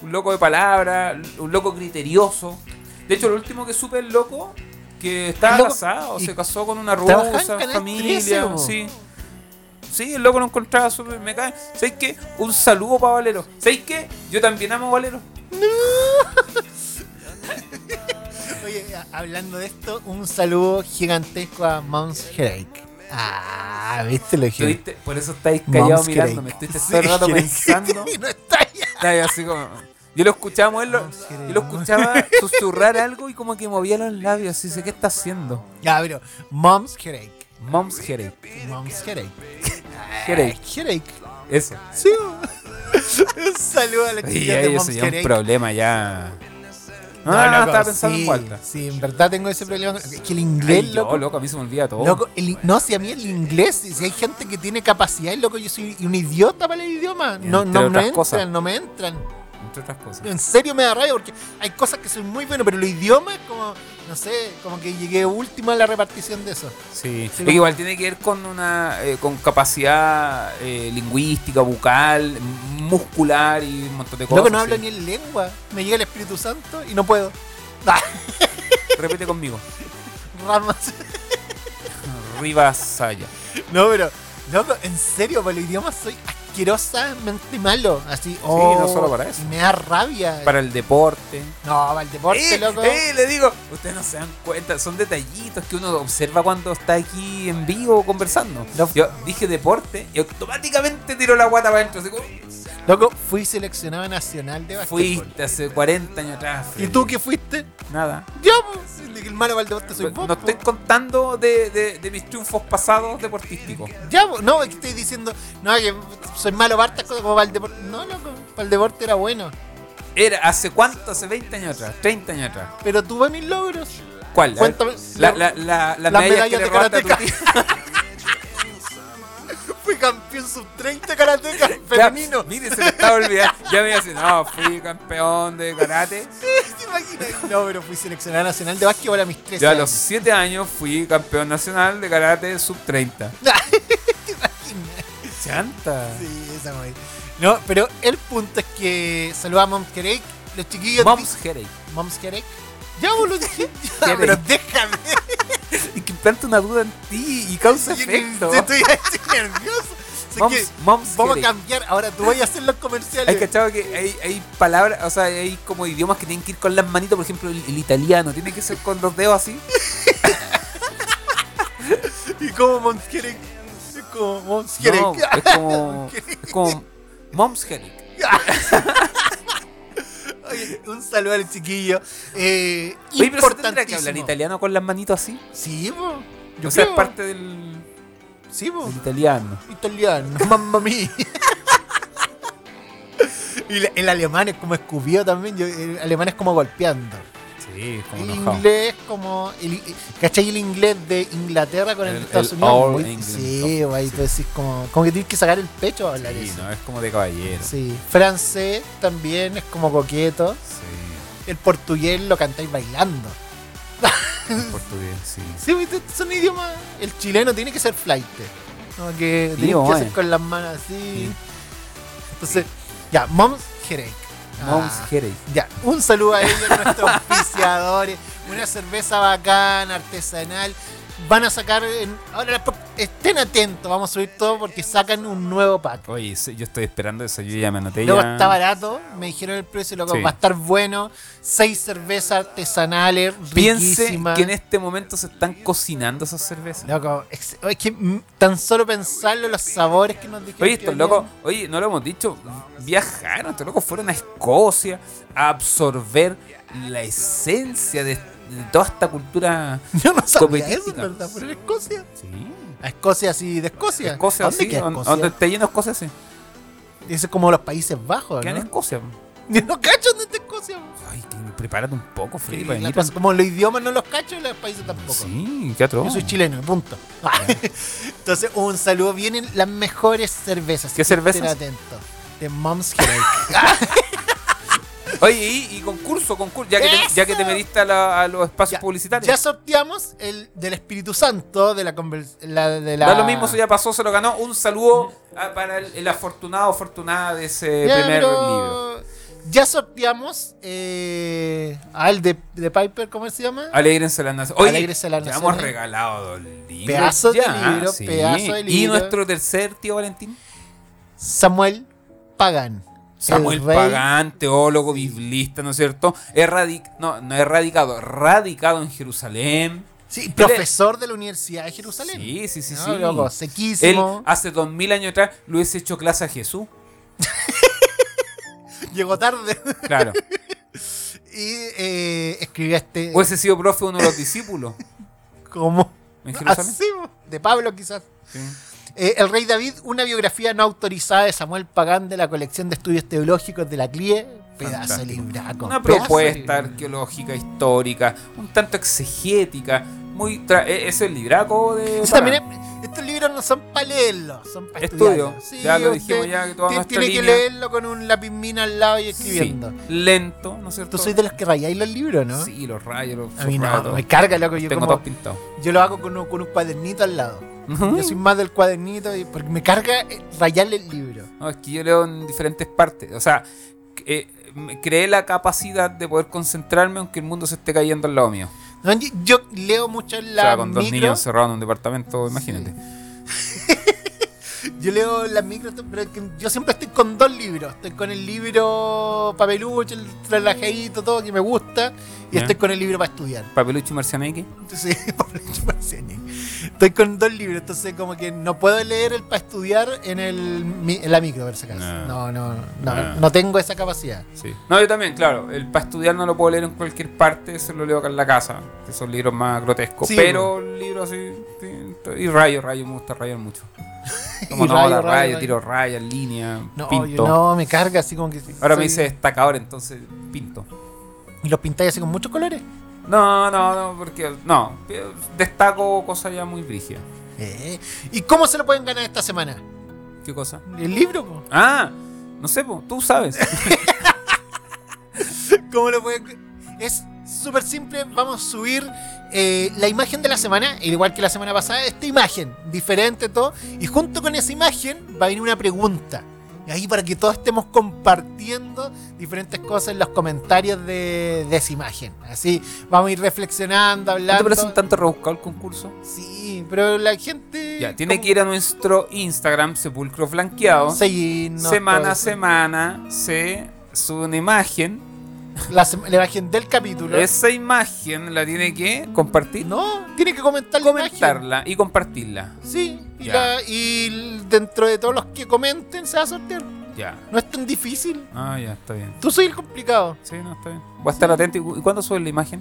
E: un loco de palabra, un loco criterioso. De hecho, lo último que supe el loco que estaba
D: El loco-
E: casado,
D: y-
E: se casó con una
D: trabajaba en
E: rusa,
D: Canal
E: familia,
D: 13, po.
E: sí. Sí, el loco lo encontraba súper. Me cae. ¿Sabéis qué? Un saludo para Valero. ¿Sabéis qué? Yo también amo a Valero.
D: Oye, a- hablando de esto, un saludo gigantesco a Moms Headache. Ah, ¿viste lo que
E: Estuviste- por eso estáis callados
D: Mom's
E: mirándome,
D: Headache.
E: estuviste todo el rato
D: Sí,
E: pensando.
D: Y no está ya.
E: Estáis así como. Yo lo escuchaba, él lo-
D: Mom's Headache.
E: yo lo escuchaba susurrar algo y como que movía los labios. Así sé qué está haciendo.
D: Ya, pero Moms Headache.
E: Mom's headache.
D: Mom's Headache.
E: Headache.
D: Headache.
E: Eso.
D: Sí. oh. un saludo a las
E: Y
D: chicas de
E: eso
D: Mom's
E: ya es
D: Headache.
E: un problema ya. No,
D: No,
E: no, no,
D: loco,
E: Ah, estaba pensando en
D: sí,
E: Walter.
D: Sí, en verdad tengo ese problema. Es que el
E: Ay,
D: inglés,
E: yo,
D: loco.
E: loco. a mí se me olvida todo.
D: Loco, el- no, si a mí el inglés, si hay gente que tiene capacidad, loco, yo soy un idiota para el idioma. No,
E: Entre
D: no, me
E: otras
D: entran,
E: cosas.
D: no me entran.
E: Entre otras cosas.
D: En serio me da rabia porque hay cosas que soy muy bueno, pero los idiomas, como, no sé, como que llegué última a la repartición de eso.
E: Sí.
D: Sí,
E: Es
D: loco.
E: que igual tiene que ver con una eh, con capacidad eh, lingüística, bucal, muscular y un montón de cosas.
D: Loco, no
E: Oh, sí.
D: hablo ni en lengua. Me llega el Espíritu Santo y no puedo. Ah,
E: Repite conmigo.
D: Ramas.
E: Rivas Saya.
D: No, pero, loco, en serio, para los idiomas soy asquerosamente malo. Así, oh,
E: no solo para eso.
D: y me da rabia.
E: Para el deporte.
D: No, para el deporte,
E: ¡Eh!
D: loco.
E: ¡Eh! Le digo, ustedes no se dan cuenta, son detallitos que uno observa cuando está aquí en vivo conversando.
D: No.
E: Yo dije deporte y automáticamente tiro la guata para adentro. así como, "Uh,
D: Loco, fui seleccionado nacional de básquetbol.
E: Fuiste hace 40 años atrás.
D: ¿Y
E: Freddy.
D: tú qué fuiste?
E: Nada.
D: Yo, pues, el malo para el deporte soy vos.
E: No
D: pues.
E: estoy contando de, de- de mis triunfos pasados deportísticos.
D: Ya, po. no, es que estoy diciendo, no, que soy malo para hartas cosas como para el deporte. No, loco, para el deporte era bueno.
E: Era hace cuánto, hace 20 años atrás, 30 años atrás.
D: Pero tuve mis logros.
E: ¿Cuál?
D: Cuéntame.
E: La, la, la, la
D: Las
E: medalla que
D: medallas
E: le
D: de
E: robaste a tu
D: karateca.
E: tía.
D: Fui campeón sub 30 karateca
E: Ya,
D: femenino.
E: Mire, se me estaba olvidando. Ya me iba a decir, no, fui campeón de karate.
D: ¿Te imaginas? No, pero fui seleccionado nacional de básquetbol a mis 13
E: Yo a los
D: años.
E: 7 años fui campeón nacional de karate sub 30.
D: ¿Te imaginas?
E: Chanta.
D: Sí, esa wey. No, pero el punto es que saludamos a Mom Kerek, los chiquillos.
E: Mom's headache.
D: Moms Kerek. Ya, vos lo dije. Ya,
E: Kerek.
D: pero déjame.
E: Y que planta una duda en ti y causa efecto.
D: Estoy, estoy nervioso. Así
E: Mom's,
D: que
E: mom's
D: vamos a
E: headache.
D: cambiar. Ahora tú vas a hacer los comerciales.
E: Hay cachado que hay, hay palabras, o sea, hay como idiomas que tienen que ir con las manitas, por ejemplo, el, el italiano, tiene que ser con los dedos así.
D: Y como Mons Kerek. Es como Mons Kerek.
E: No, es como. Es como. Mom's headache.
D: Oye, un saludo al chiquillo. Eh,
E: Oye, pero se tendrá que
D: importantísimo.
E: hablar italiano con las manitos así.
D: Sí, po. Yo
E: o sea, es
D: creo.
E: parte del,
D: Sí, po.
E: del italiano.
D: Italiano, mamma mía. y la- el alemán es como escupido también. yo- el alemán es como golpeando.
E: Sí, como
D: El
E: enojado.
D: inglés como. El, ¿Cachai el inglés de Inglaterra con el,
E: El-
D: de Estados
E: el
D: Unidos?
E: All
D: Muy-
E: England.
D: sí, pues, ahí tú decís como. Como que tienes que sacar el pecho a hablar
E: Sí,
D: eso.
E: no, es como de caballero. Sí.
D: Sí. Francés también es como coqueto. El portugués lo cantáis bailando.
E: en portugués, sí.
D: Sí, pues, este viste, son idiomas. El chileno tiene que ser flight. Como que
E: Sí,
D: tiene que
E: oe.
D: hacer con las manos así.
E: Sí.
D: Entonces, ya, Mom's Headache. Ah,
E: Mom's headache.
D: Ya, un saludo a ellos, nuestros auspiciadores. Una cerveza bacana, artesanal. van a sacar. en- ahora la pro- estén atentos, vamos a subir todo porque sacan un nuevo pack.
E: Oye, sí, yo estoy esperando eso, yo ya me anoté
D: Luego
E: ya.
D: está barato, me dijeron el precio, loco,
E: Sí.
D: va a estar bueno. Seis cervezas artesanales,
E: Piense
D: riquísimas.
E: que en este momento se están cocinando esas cervezas.
D: Loco, ex- es que mm, tan solo pensarlo, los sabores que nos dijeron.
E: Oye,
D: que
E: estos
D: venían.
E: locos, oye, no lo hemos dicho, viajaron, estos locos fueron a Escocia a absorber la esencia de, de toda esta cultura.
D: Yo no sabía
E: copetística.
D: eso, en ¿verdad? Pero en Escocia.
E: Sí.
D: A Escocia, sí, de Escocia.
E: Escocia,
D: ¿A dónde
E: sí,
D: queda
E: on-
D: Escocia?
E: donde está lleno Escocia, sí.
D: Eso es como los Países Bajos,
E: Queda en
D: ¿no?
E: Escocia.
D: Yo no cacho dónde está Escocia. po.
E: Ay, que- prepárate un poco, Felipe.
D: La
E: vení pa-
D: cosa- como los idiomas no los cacho, los países tampoco.
E: pues, Sí, oh. qué
D: Yo
E: atroz.
D: soy chileno, punto. Entonces, un saludo. Vienen las mejores cervezas.
E: ¿Qué cervezas?
D: Estén atentos. De Mom's Headache.
E: Oye, y, y concurso, concurso. Ya que, te,
D: ¡Eso!
E: ya que te metiste a, la- a los espacios
D: ya,
E: publicitarios.
D: ya sorteamos el del Espíritu Santo, de la, convers- la de la...
E: Da lo mismo, eso ya pasó, se lo ganó. Un saludo a- para el, el afortunado o afortunada de ese
D: Ya,
E: eh, primer
D: pero
E: libro.
D: Ya sorteamos eh, al de, de Piper, ¿cómo se llama?
E: Alegrense las naciones. Oye,
D: Alégrese las
E: ya
D: naciones.
E: hemos regalado dos libros.
D: Pedazo de
E: ya,
D: libro, pedazo de
E: Y
D: libro.
E: nuestro tercer tío Valentín.
D: Samuel Pagan.
E: Samuel
D: el rey-
E: Pagán, teólogo, biblista, ¿no es cierto? Erradic no, no erradicado, radicado en Jerusalén.
D: Sí, profesor de la Universidad de Jerusalén.
E: Sí, sí, sí,
D: No,
E: sí.
D: loco,
E: Él ah,
D: sequísimo.
E: hace dos mil años atrás le hubiese hecho clase a Jesús.
D: Llegó tarde
E: Claro.
D: y eh, escribió este.
E: Hubiese sido profe uno de los discípulos
D: como
E: en Jerusalén.
D: así, de Pablo, quizás.
E: Sí.
D: Eh, el Rey David, una biografía no autorizada de Samuel Pagán de la colección de estudios teológicos de la CLIE. Pedazo de ah,
E: Fantástico.
D: libraco.
E: Una
D: pedazo de
E: propuesta
D: libraco.
E: arqueológica, histórica, un tanto exegética, muy tra- e- es el libraco de.
D: Eso
E: Pará.
D: también es- estos libros no son para leerlos, son para
E: Estudio.
D: estudiarlos. Sí,
E: Ya lo
D: usted
E: dijimos ya, que toda
D: ti-
E: nuestra
D: Tiene que
E: línea.
D: leerlo con un lápiz mina al lado y
E: Sí,
D: escribiendo.
E: lento, ¿no es cierto?
D: Tú sois de los que rayáis los libros, ¿no?
E: Sí, los rayos, los
D: A mí no,
E: subrayados.
D: me carga, loco. Yo,
E: Tengo
D: como-
E: todos pintados.
D: yo lo hago con un, con un cuadernito al lado.
E: Ujú.
D: Yo soy más del cuadernito y- porque me carga eh, rayarle el libro.
E: No, es que yo leo en diferentes partes. O sea, eh, me creé la capacidad de poder concentrarme aunque el mundo se esté cayendo al lado mío.
D: No, yo, yo leo mucho en
E: O
D: la
E: sea, con dos
D: micro.
E: niños encerrados en un departamento, imagínate.
D: Yo leo las micros, pero es que yo siempre estoy con dos libros. Estoy con el libro papelucho, el relajadito, todo que me gusta. Y
E: Ya.
D: estoy con el libro para estudiar.
E: Papelucho y Marcianeque.
D: Entonces, por hecho, Marciani. Estoy con dos libros, entonces como que no puedo leer el para estudiar en, el, mi- en la micro, por si acaso.
E: No.
D: No, no, no, no,
E: No.
D: tengo esa capacidad.
E: Sí. No, yo también, claro. El para estudiar no lo puedo leer en cualquier parte, se lo leo acá en la casa, que son libros más grotescos.
D: Sí,
E: pero libros así. sí, Y rayo, rayo, me gusta rayar mucho. Como
D: Y
E: no,
D: rayo,
E: la
D: rayo,
E: rayo,
D: rayo.
E: tiro rayas, línea,
D: No,
E: pinto.
D: yo- no, me carga así como que...
E: Ahora
D: soy-
E: me dice destacador, entonces pinto.
D: Y los pintáis así con muchos colores.
E: No, no, no, porque. No, destaco cosas ya muy brígidas.
D: Eh, ¿Y cómo se lo pueden ganar esta semana?
E: ¿Qué cosa?
D: ¿El libro? po?
E: Ah, no sé, po, tú sabes.
D: ¿Cómo lo pueden...? Es súper simple, vamos a subir eh, la imagen de la semana, al igual que la semana pasada, esta imagen, diferente todo, y junto con esa imagen va a venir una pregunta. Y ahí para que todos estemos compartiendo diferentes cosas en los comentarios de, de esa imagen. Así vamos a ir reflexionando,
E: ¿No te
D: hablando.
E: parece un tanto rebuscado el concurso?
D: Sí, pero la gente...
E: Ya, tiene que ir a nuestro Instagram, Sepulcro Flanqueado.
D: Seguirnos, todo
E: semana a
D: eso.
E: semana se sube una imagen.
D: La, sema- la imagen del capítulo.
E: Esa imagen la tiene que compartir,
D: No, tiene que comentar la imagen.
E: comentarla y compartirla.
D: Sí, y,
E: Ya.
D: la- y l- dentro de todos los que comenten se va a sortear.
E: Ya.
D: No es tan difícil.
E: Ah, ya, está bien.
D: Tú soy el complicado.
E: Sí, no, está bien. Voy a estar atento. ¿Y cu- y cuándo sube la imagen?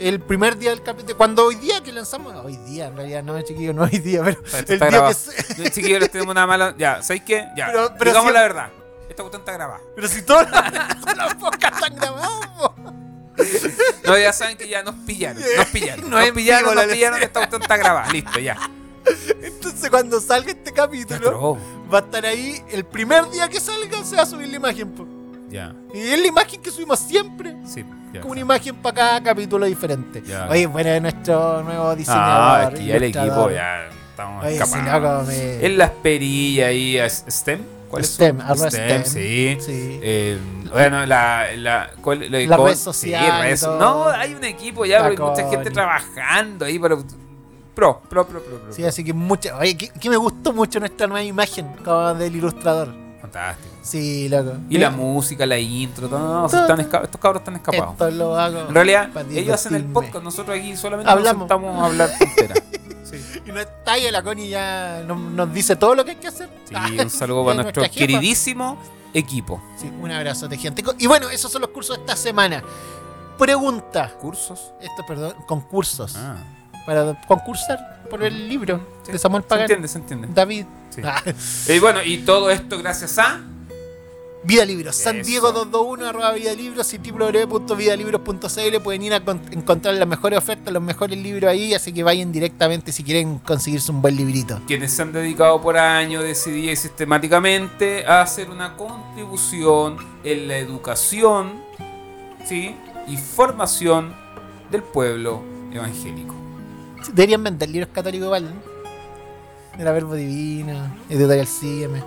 D: El primer día del capítulo. Cuando hoy día que lanzamos. Hoy día, en realidad, no, chiquillo, no hoy día, pero.
E: Está- está
D: el día
E: grabado.
D: que se-
E: Yo, chiquillos, les tenemos una mala. Ya, ¿sabéis qué? Ya.
D: Pero- pero
E: Digamos
D: si-
E: la verdad. Esta cuestión está grabada.
D: Pero si todos los, todos los podcasts están grabados, po.
E: No, ya saben que ya nos pillaron. Nos pillaron.
D: No
E: nos
D: en
E: pillaron,
D: vivo
E: nos
D: la
E: pillaron. Esta cuestión está grabada. Listo, ya.
D: Entonces, cuando salga este
E: Ya,
D: capítulo,
E: trobo.
D: va a estar ahí. El primer día que salga, se va a subir la imagen, po.
E: Ya,
D: Y es la imagen que subimos siempre.
E: sí. ya.
D: Con una imagen para cada capítulo diferente.
E: Ya.
D: Oye, bueno, es nuestro nuevo diseñador.
E: Ah, es que ya el
D: ilustrador.
E: equipo ya estamos
D: Oye, sí,
E: escapados.
D: loco, me-
E: En las perillas ahí, a STEM. ¿Cuál es su-
D: STEM, arroba STEM.
E: sí.
D: Sí.
E: Eh, bueno, la, la, ¿cuál- la-
D: La
E: con-
D: red social
E: sí,
D: y
E: redes-
D: todo.
E: No, hay un equipo ya,
D: La
E: hay mucha
D: con-
E: gente trabajando ahí para Pro, pro, pro, pro. pro,
D: Sí,
E: pro.
D: así que mucha. Oye, que, que me gustó mucho nuestra nueva imagen como del ilustrador.
E: Fantástico.
D: Sí, loco. Eh,
E: Y la música, la intro, todo. No, no, si están esca- estos cabros están escapados.
D: Esto lo hago.
E: En realidad,
D: pa'
E: ellos hacen el
D: divertirme.
E: podcast, nosotros aquí solamente nos
D: Hablamos.
E: sentamos a hablar tontera.
D: Y no está ahí, la Connie ya nos, nos dice todo lo que hay que hacer.
E: Sí, un saludo para
D: Es
E: nuestro
D: nuestra jefa.
E: queridísimo equipo.
D: Sí, un abrazo de gente. Y bueno, esos son los cursos de esta semana. Pregunta.
E: Cursos.
D: Esto, perdón, concursos.
E: Ah,
D: Para concursar por el libro
E: sí.
D: de Samuel Pagan.
E: Se entiende, se entiende.
D: David.
E: Sí.
D: Ah,
E: Y bueno, y todo esto gracias a.
D: Vida Libros. San
E: Eso.
D: Diego 221 arroba Vida Libros y www.vidalibros.cl pueden ir a con- encontrar las mejores ofertas, los mejores libros ahí, así que vayan directamente si quieren conseguirse un buen librito.
E: quienes se han dedicado por años decidida y sistemáticamente a hacer una contribución en la educación ¿sí? y formación del pueblo evangélico.
D: Deberían vender libros católicos igual, ¿no? Era Verbo Divino, Editorial Sígueme.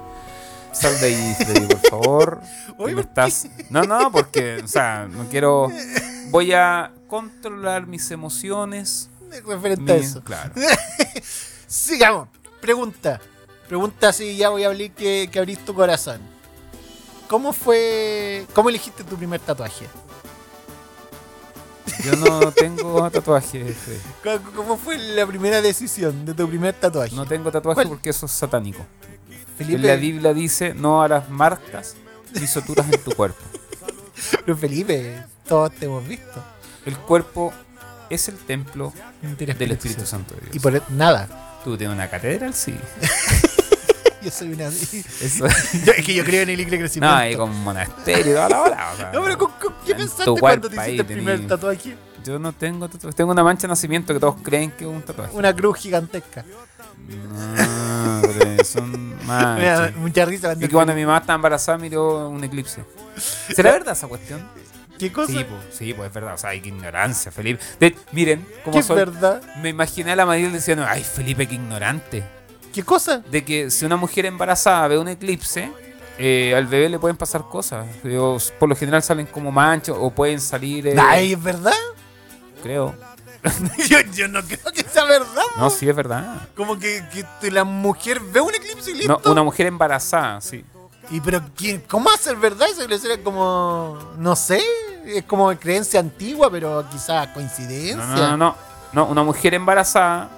E: Sal de ahí, Freddy, por favor.
D: Oye,
E: Me
D: ¿por
E: estás- No, no, porque, o sea, no quiero... Voy a controlar mis emociones.
D: Referente a
E: mi-
D: eso.
E: Claro.
D: Sigamos. Pregunta. Pregunta si ya voy a abrir que, que abrís tu corazón. ¿Cómo fue. ¿Cómo elegiste tu primer tatuaje?
E: Yo no tengo tatuaje. Freddy.
D: ¿Cómo, cómo fue la primera decisión de tu primer tatuaje?
E: No tengo tatuaje
D: ¿Cuál?
E: porque eso es satánico.
D: Felipe,
E: La Biblia dice no harás marcas ni soturas en tu cuerpo.
D: pero Felipe, todos te hemos visto.
E: El cuerpo es el templo
D: Del
E: del Espíritu Santo de Dios.
D: Y por nada.
E: ¿Tú tienes una catedral? Sí.
D: Yo soy una. Yo-
E: Eso.
D: es que yo creo en el libre crecimiento.
E: no, y con monasterio, toda la bola, o sea,
D: No, pero ¿con- con- ¿qué
E: en tu
D: pensaste cuando
E: cuerpo
D: te
E: ahí
D: hiciste el primer
E: tení-
D: tatuaje?
E: Yo no tengo tatuaje. Tengo una mancha de nacimiento que todos creen que es un tatuaje.
D: Una cruz gigantesca.
E: No, pero son
D: Me da
E: manchas.
D: mucha risa cuando-
E: Ah, Y que cuando mi mamá estaba embarazada miró un eclipse. ¿Será verdad esa cuestión?
D: ¿Qué cosa?
E: Sí, pues, sí, pues es verdad. O sea, hay que ignorancia, Felipe. De- miren,
D: ¿Qué
E: como
D: es
E: soy.
D: verdad?
E: Me imaginé a la Mariel diciendo, ay, Felipe, qué ignorante.
D: ¿Qué cosa?
E: de que si una mujer embarazada ve un eclipse, eh, al bebé le pueden pasar cosas. Digo, por lo general salen como manchos o pueden salir. eh,
D: Ay, ¿es verdad?
E: Creo.
D: Yo, yo no creo que sea verdad.
E: No, sí, es verdad.
D: Como que, que te- la mujer ve un eclipse y
E: No,
D: listo.
E: una mujer embarazada, sí.
D: Y pero ¿quién, ¿cómo hacer verdad? Eso debe ser como. no sé. Es como creencia antigua, pero quizás coincidencia.
E: No, no, no, no. No, una mujer embarazada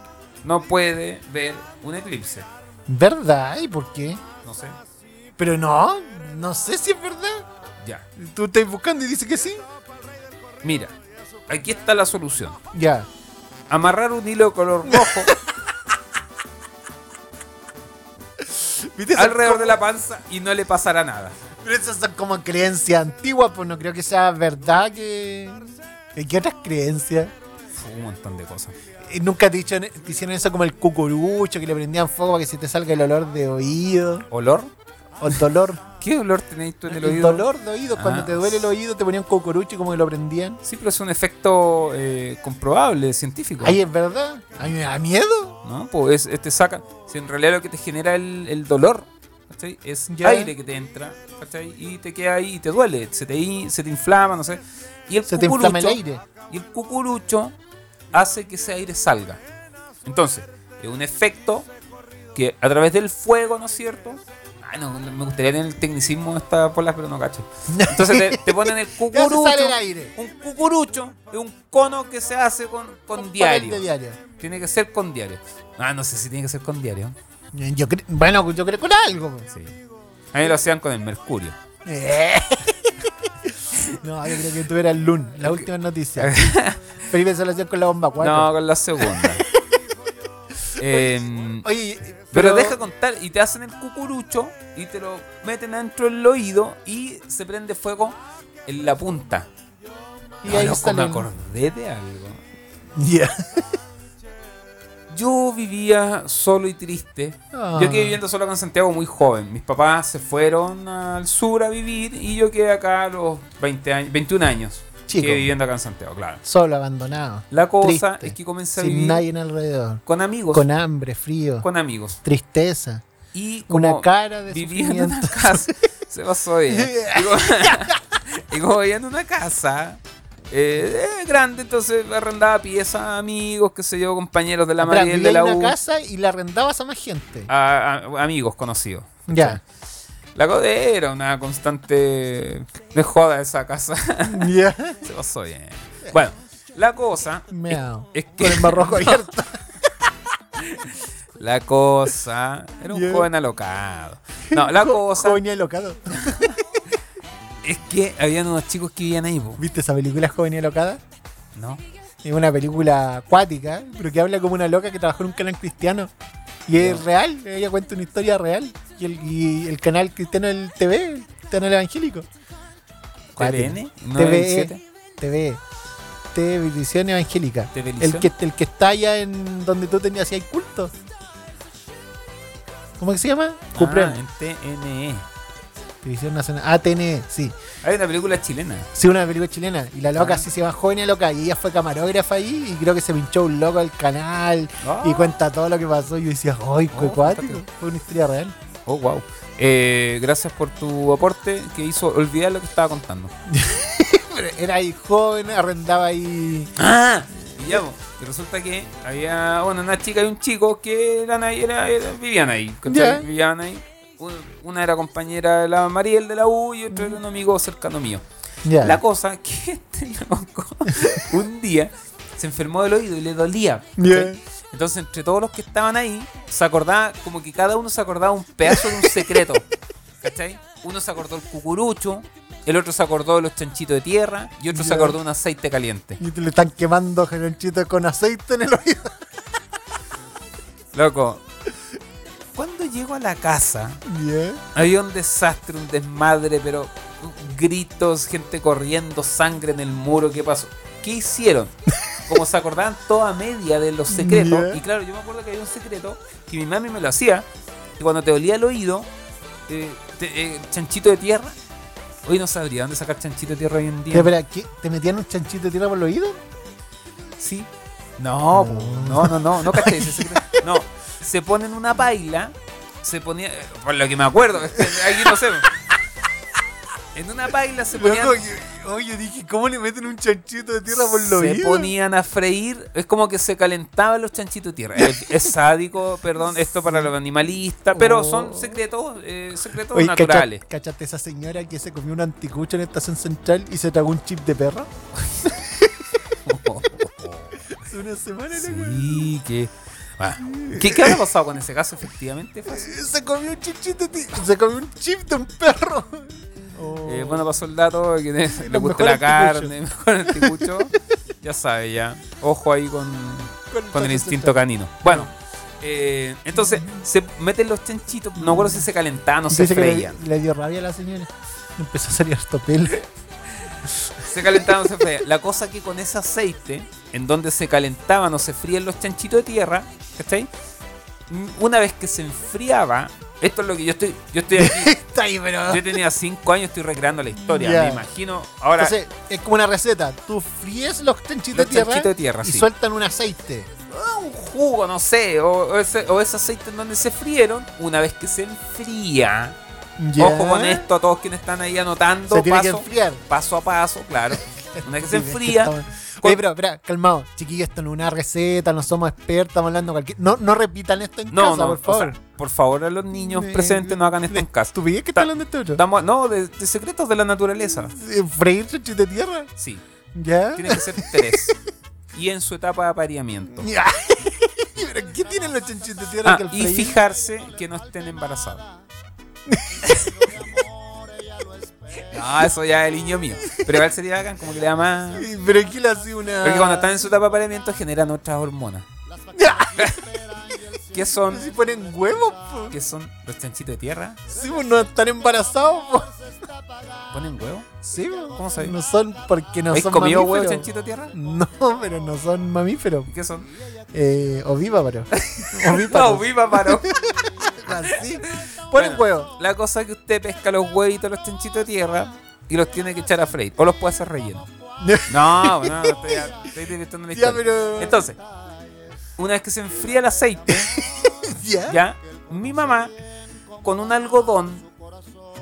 E: no puede ver un eclipse.
D: ¿Verdad? ¿Y por qué?
E: No sé.
D: Pero no, no sé si es verdad.
E: Ya.
D: Tú estás buscando y dice que sí.
E: Mira, aquí está la solución.
D: Ya.
E: Amarrar un hilo de color rojo
D: ¿Viste? Esas
E: alrededor
D: co-
E: de la panza y no le pasará nada.
D: Pero esas son como creencias antiguas, pues no creo que sea verdad que. ¿Qué otras creencias?
E: Fue un montón de cosas.
D: ¿Y ¿Nunca te, dicho- te hicieron eso como el cucurucho, que le prendían fuego para que se te salga el olor de oído?
E: ¿Olor?
D: ¿O el dolor?
E: ¿Qué olor tenéis tú en el oído?
D: dolor de oído, cuando
E: Ah.
D: te duele el oído te ponían cucurucho y como que lo prendían.
E: Sí, pero es un efecto eh, comprobable, científico.
D: Ay, es verdad. A mí me da miedo.
E: ¿no? Pues es- te saca. Si en realidad lo que te genera el, el dolor ¿cachai? es
D: Ya.
E: aire que te entra ¿cachai? y te queda ahí y te duele. Se te, in- se te inflama, no sé. Y el,
D: Se te inflama el
E: cucurucho-
D: aire.
E: y el cucurucho hace que ese aire salga. Entonces, es un efecto que a través del fuego, ¿no es cierto? Ay, no, me gustaría tener el tecnicismo de esta polas, pero no cacho. Entonces te, te ponen el
D: Ya se
E: cucurucho.
D: sale el aire.
E: Un cucurucho es un cono que se hace con, con
D: Un papel
E: diario.
D: de diario.
E: Tiene que ser con diario. Ah, no sé si tiene que ser con diario.
D: Yo cre- bueno, yo creo con algo. pues.
E: Sí. A mí lo hacían con el mercurio.
D: no, yo creo que tú eras el Lun, la última noticia. Felipe se lo hacía con la bomba 4.
E: No, con la segunda. Em,
D: Oye,
E: pero, deja contar y te hacen el cucurucho y te lo meten dentro del oído y se prende fuego en la punta.
D: Y
E: No,
D: ahí
E: loco,
D: sale
E: me
D: el-
E: acordé de algo.
D: Ya.
E: Yo vivía solo y triste.
D: Ah.
E: Yo quedé viviendo solo acá en Santiago muy joven. Mis papás se fueron al sur a vivir y yo quedé acá a los 20 años, 21 años.
D: Chico.
E: Quedé viviendo acá en Santiago, claro.
D: Solo, abandonado.
E: La cosa
D: Triste,
E: es que comencé a
D: Sin
E: vivir
D: nadie en alrededor.
E: con amigos, con,
D: Con hambre, frío,
E: amigos.
D: tristeza.
E: Y como
D: Una cara de
E: vivía en una
D: sufrimiento.
E: ¿eh? casa, se pasó bien. Y como, y como vivía en una casa, Eh, eh, grande, entonces arrendaba piezas, a amigos, qué sé yo, compañeros de la
D: Espera,
E: Mariel,
D: vivía
E: de
D: en
E: la U, Ah,
D: una casa y la arrendabas a más gente.
E: a- a- amigos conocidos.
D: ya.
E: La cosa era una constante de joda esa casa.
D: Ya.
E: Se pasó bien. Bueno, la cosa
D: Meao.
E: es que
D: Con el barroco abierto.
E: la cosa era un
D: Ya.
E: joven alocado. No, la cosa
D: Coña y locado.
E: es que habían unos chicos que vivían ahí, po,
D: ¿Viste esa película Joven y Alocada?
E: ¿no?
D: Es una película acuática, pero que habla como una loca que trabajó en un canal cristiano. Y es real, ella cuenta una historia real. Y el, y el canal cristiano del TV, el canal evangélico.
E: TVN,
D: TV,
E: 917.
D: TV, TV E. Visión Evangélica.
E: TV
D: El
E: Visión.
D: que, el que está allá en donde tú tenías ahí culto. ¿Cómo que se llama? Cupren.
E: Ah, en TNE.
D: Televisión Nacional. Ah, ATN, E, sí.
E: Hay una película chilena.
D: Sí, una película chilena. Y la loca
E: Ah.
D: sí se llama Joven y Loca. Y ella fue camarógrafa ahí. Y creo que se pinchó un loco al canal.
E: Ah.
D: Y cuenta todo lo que pasó. Y yo decía, ¡ay, qué
E: Oh,
D: cuático".
E: fíjate.
D: Fue una historia real.
E: Oh, wow. Eh, gracias por tu aporte que hizo olvidar lo que estaba contando.
D: Pero Era ahí joven, arrendaba ahí.
E: ¡Ah! Y ya, po. y resulta que había, bueno, una chica y un chico que eran ahí, era- era- vivían ahí. ¿cachai?
D: Ya.
E: Vivían ahí. Un- Una era compañera de la Mariel de la U y otro era un amigo cercano mío.
D: Ya.
E: La cosa que este loco un día se enfermó del oído y le dolía. ¿cachai?
D: Ya.
E: Entonces, entre todos los que estaban ahí, se acordaba, como que cada uno se acordaba un pedazo de un secreto. ¿Cachai? Uno se acordó el cucurucho, el otro se acordó de los chanchitos de tierra y otro se
D: Ya.
E: acordó de un aceite caliente.
D: Y te le están quemando geronchitos con aceite en el oído.
E: Loco, cuando llego a la casa,
D: Ya.
E: había un desastre, un desmadre, pero gritos, gente corriendo, sangre en el muro, ¿qué pasó? ¿Qué hicieron? Como se acordaban toda media de los secretos,
D: Ya.
E: y claro, yo me acuerdo que había un secreto que mi mami me lo hacía, que cuando te olía el oído, eh, te- eh, chanchito de tierra, hoy no sabría dónde sacar chanchito de tierra hoy en
D: Ya,
E: día.
D: espera, ¿qué? ¿Te metían un chanchito de tierra por el oído?
E: Sí. No, po, no, no, no, no caché ese secreto. No, se ponen una paila, se ponía, por lo que me acuerdo, es que ahí no sé. En una paila se ponían,
D: Loco, yo- oye, dije, ¿cómo le meten un chanchito de tierra por el
E: se
D: oído?
E: ponían a freír, es como que se calentaban los chanchitos de tierra. Es, es sádico, perdón, esto para los animalistas, pero son
D: Oh.
E: secretos, eh, secretos
D: Oye, cacha-
E: naturales.
D: ¿Cachaste esa señora que se comió un anticucho en Estación Central y se tragó un chip de perro? Hace una semana, loco.
E: Sí, que... ah, ¿Qué, ¿Qué habrá pasado con ese caso? Efectivamente, fue así.
D: Se comió un chip de ti- Se comió un chip de un perro. Oh.
E: Eh, bueno, pasó el dato de que le
D: los
E: gusta la
D: mejores
E: carne, mejor anticucho. ya sabe, ya. Ojo ahí con, con el instinto canino. Bueno, eh, entonces se meten los chanchitos. No recuerdo si se calentaban o se
D: Dice que le,
E: freían.
D: le dio rabia a la señora. Empezó a salir harto pelo.
E: Se calentaban o se freían. La cosa que con ese aceite, en donde se calentaban o se frían los chanchitos de tierra, ¿cachai? Mm, Una vez que se enfriaba, esto es lo que yo estoy. Yo estoy aquí.
D: Está ahí, pero.
E: Yo tenía 5 años, estoy recreando la historia.
D: Ya.
E: Me imagino. Ahora.
D: Entonces, es como una receta. Tú fríes los chanchitos
E: Los
D: de tierra,
E: chanchitos de tierra,
D: y
E: sí.
D: sueltan un aceite.
E: ah, un jugo, no sé, o, o ese, o ese aceite en donde se frieron, una vez que se enfría,
D: Ya.
E: ojo con esto, a todos quienes están ahí anotando,
D: Se tiene que
E: paso,
D: enfriar.
E: paso a paso, claro, una vez que se
D: Sí, es
E: enfría,
D: estamos- Oye, pero, espera, calmado. Chiquillos, esto no es una receta, no somos expertos, estamos hablando cualquier. No, no repitan esto en
E: no,
D: casa,
E: no,
D: por favor.
E: o sea, por favor a los niños presentes no hagan esto en casa,
D: ¿Tú veías que está
E: Ta-
D: hablando este otro?
E: Estamos- no, de, de secretos de la naturaleza,
D: Eh, ¿Freír chanchito de tierra?
E: sí,
D: ¿Ya?
E: tiene que ser tres, y en su etapa de apareamiento,
D: Ya. ¿Pero qué tienen los chanchitos de tierra
E: Ah,
D: que el
E: y
D: freír?
E: fijarse que no estén embarazados. No, eso ya es el niño mío. Pero igual sería bacán, como que le da más.
D: Eh, Pero es que le hace una.
E: Porque cuando están en su etapa de apareamiento generan otras hormonas. ¿Qué son?
D: Pero Si ponen huevos, po.
E: ¿Qué son? ¿Los chanchitos de tierra?
D: Sí, pues no están embarazados, po.
E: ¿Ponen huevo?
D: Sí, po.
E: ¿Cómo sabes?
D: No son porque no
E: ¿Habéis
D: son
E: comido huevo
D: mamíferos.
E: chanchito de tierra?
D: No, pero no son mamíferos.
E: ¿Qué son?
D: Eh, ovíparos.
E: No,
D: Ovíparos.
E: viva paro.
D: Así. Pon
E: Bueno,
D: un huevo.
E: La cosa es que usted pesca los huevitos, los chanchitos de tierra y los tiene que echar a freír. O los puede hacer relleno. No, no, estoy, estoy divirtiendo la
D: Ya,
E: historia.
D: pero.
E: Entonces, una vez que se enfría el aceite,
D: ¿Ya?
E: ya, mi mamá, con un algodón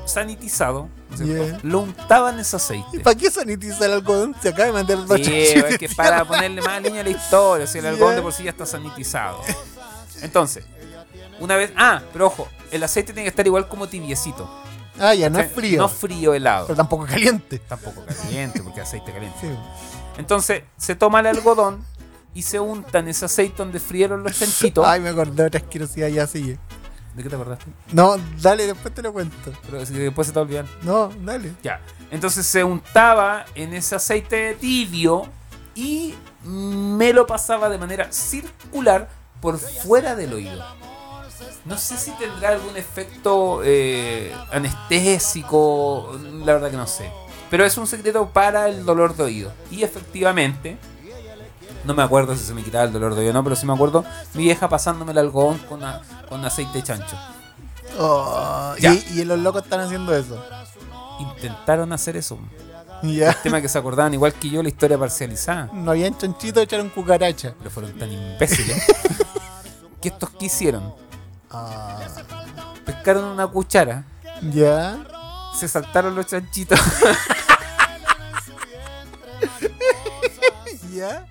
E: sanitizado, ¿no es cierto?
D: Yeah.
E: Lo untaban ese aceite.
D: ¿Para qué sanitiza el algodón? Se acaba de meter dos
E: Sí,
D: chanchitos.
E: es que para ponerle más línea a la historia, o sea, el
D: Ya.
E: algodón de por sí ya está sanitizado. Entonces, una vez. Ah, pero ojo, el aceite tiene que estar igual como tibiecito.
D: Ah, ya, no
E: O sea,
D: es frío.
E: No frío helado.
D: pero tampoco caliente.
E: Tampoco caliente, porque aceite caliente.
D: Sí.
E: Entonces, se toma el algodón y se untan ese aceite donde frieron los chanchitos.
D: Ay, me acordé de otra asquerosidad, ya sigue.
E: ¿De qué te acordaste?
D: No, dale, después te lo cuento.
E: Pero es que después se te va a olvidar.
D: No, dale.
E: Ya. Entonces se untaba en ese aceite tibio y me lo pasaba de manera circular por fuera del oído. No sé si tendrá algún efecto eh, anestésico, la verdad que no sé. Pero es un secreto para el dolor de oído. Y efectivamente, no me acuerdo si se me quitaba el dolor de oído o no, pero sí me acuerdo mi vieja pasándome el algodón con, a- con aceite de chancho.
D: Oh,
E: Ya.
D: y, y los locos están haciendo eso.
E: Intentaron hacer eso.
D: Ya.
E: tema que se acordaban igual que yo la historia parcializada.
D: No habían chanchito, echaron cucaracha.
E: Pero fueron tan imbéciles. que estos que hicieron?
D: Ah,
E: Pescaron una cuchara,
D: ya.
E: se saltaron los chanchitos
D: Ya.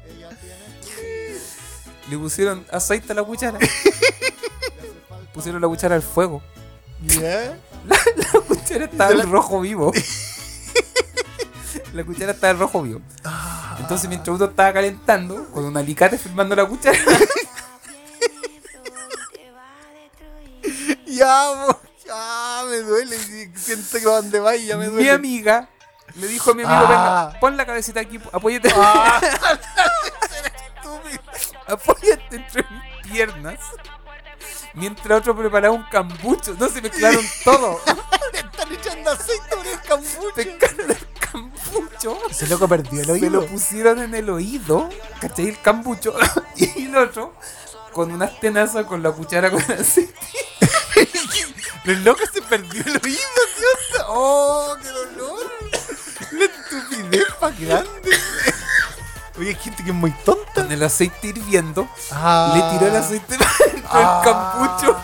E: le pusieron aceite a la cuchara. pusieron la cuchara al fuego.
D: Ya.
E: La cuchara estaba al rojo vivo. la cuchara estaba al rojo vivo. Entonces mientras uno estaba calentando, con un alicate firmando la cuchara,
D: Ya, po. ya, me duele. sí, Siento que donde vaya ya me duele.
E: mi amiga le dijo a mi amigo,
D: Ah.
E: venga, pon la cabecita aquí, apóyate.
D: Estúpido.
E: Apóyate entre mis piernas. Mientras otro preparaba un cambucho. No, se mezclaron todo.
D: Le están echando aceite por el cambuche.
E: Pescaron el cambucho.
D: Ese loco perdió el
E: Se lo
D: oído.
E: pusieron en el oído. ¿Cachai? El cambucho. Y el otro con unas tenazas con la cuchara con aceite.
D: Los locos se perdió el oído, ¿sí? Oh, qué dolor. La estupidez más grande. Oye, hay gente que es muy tonta.
E: Con el aceite hirviendo.
D: Ah.
E: Le tiró el aceite dentro del cambucho.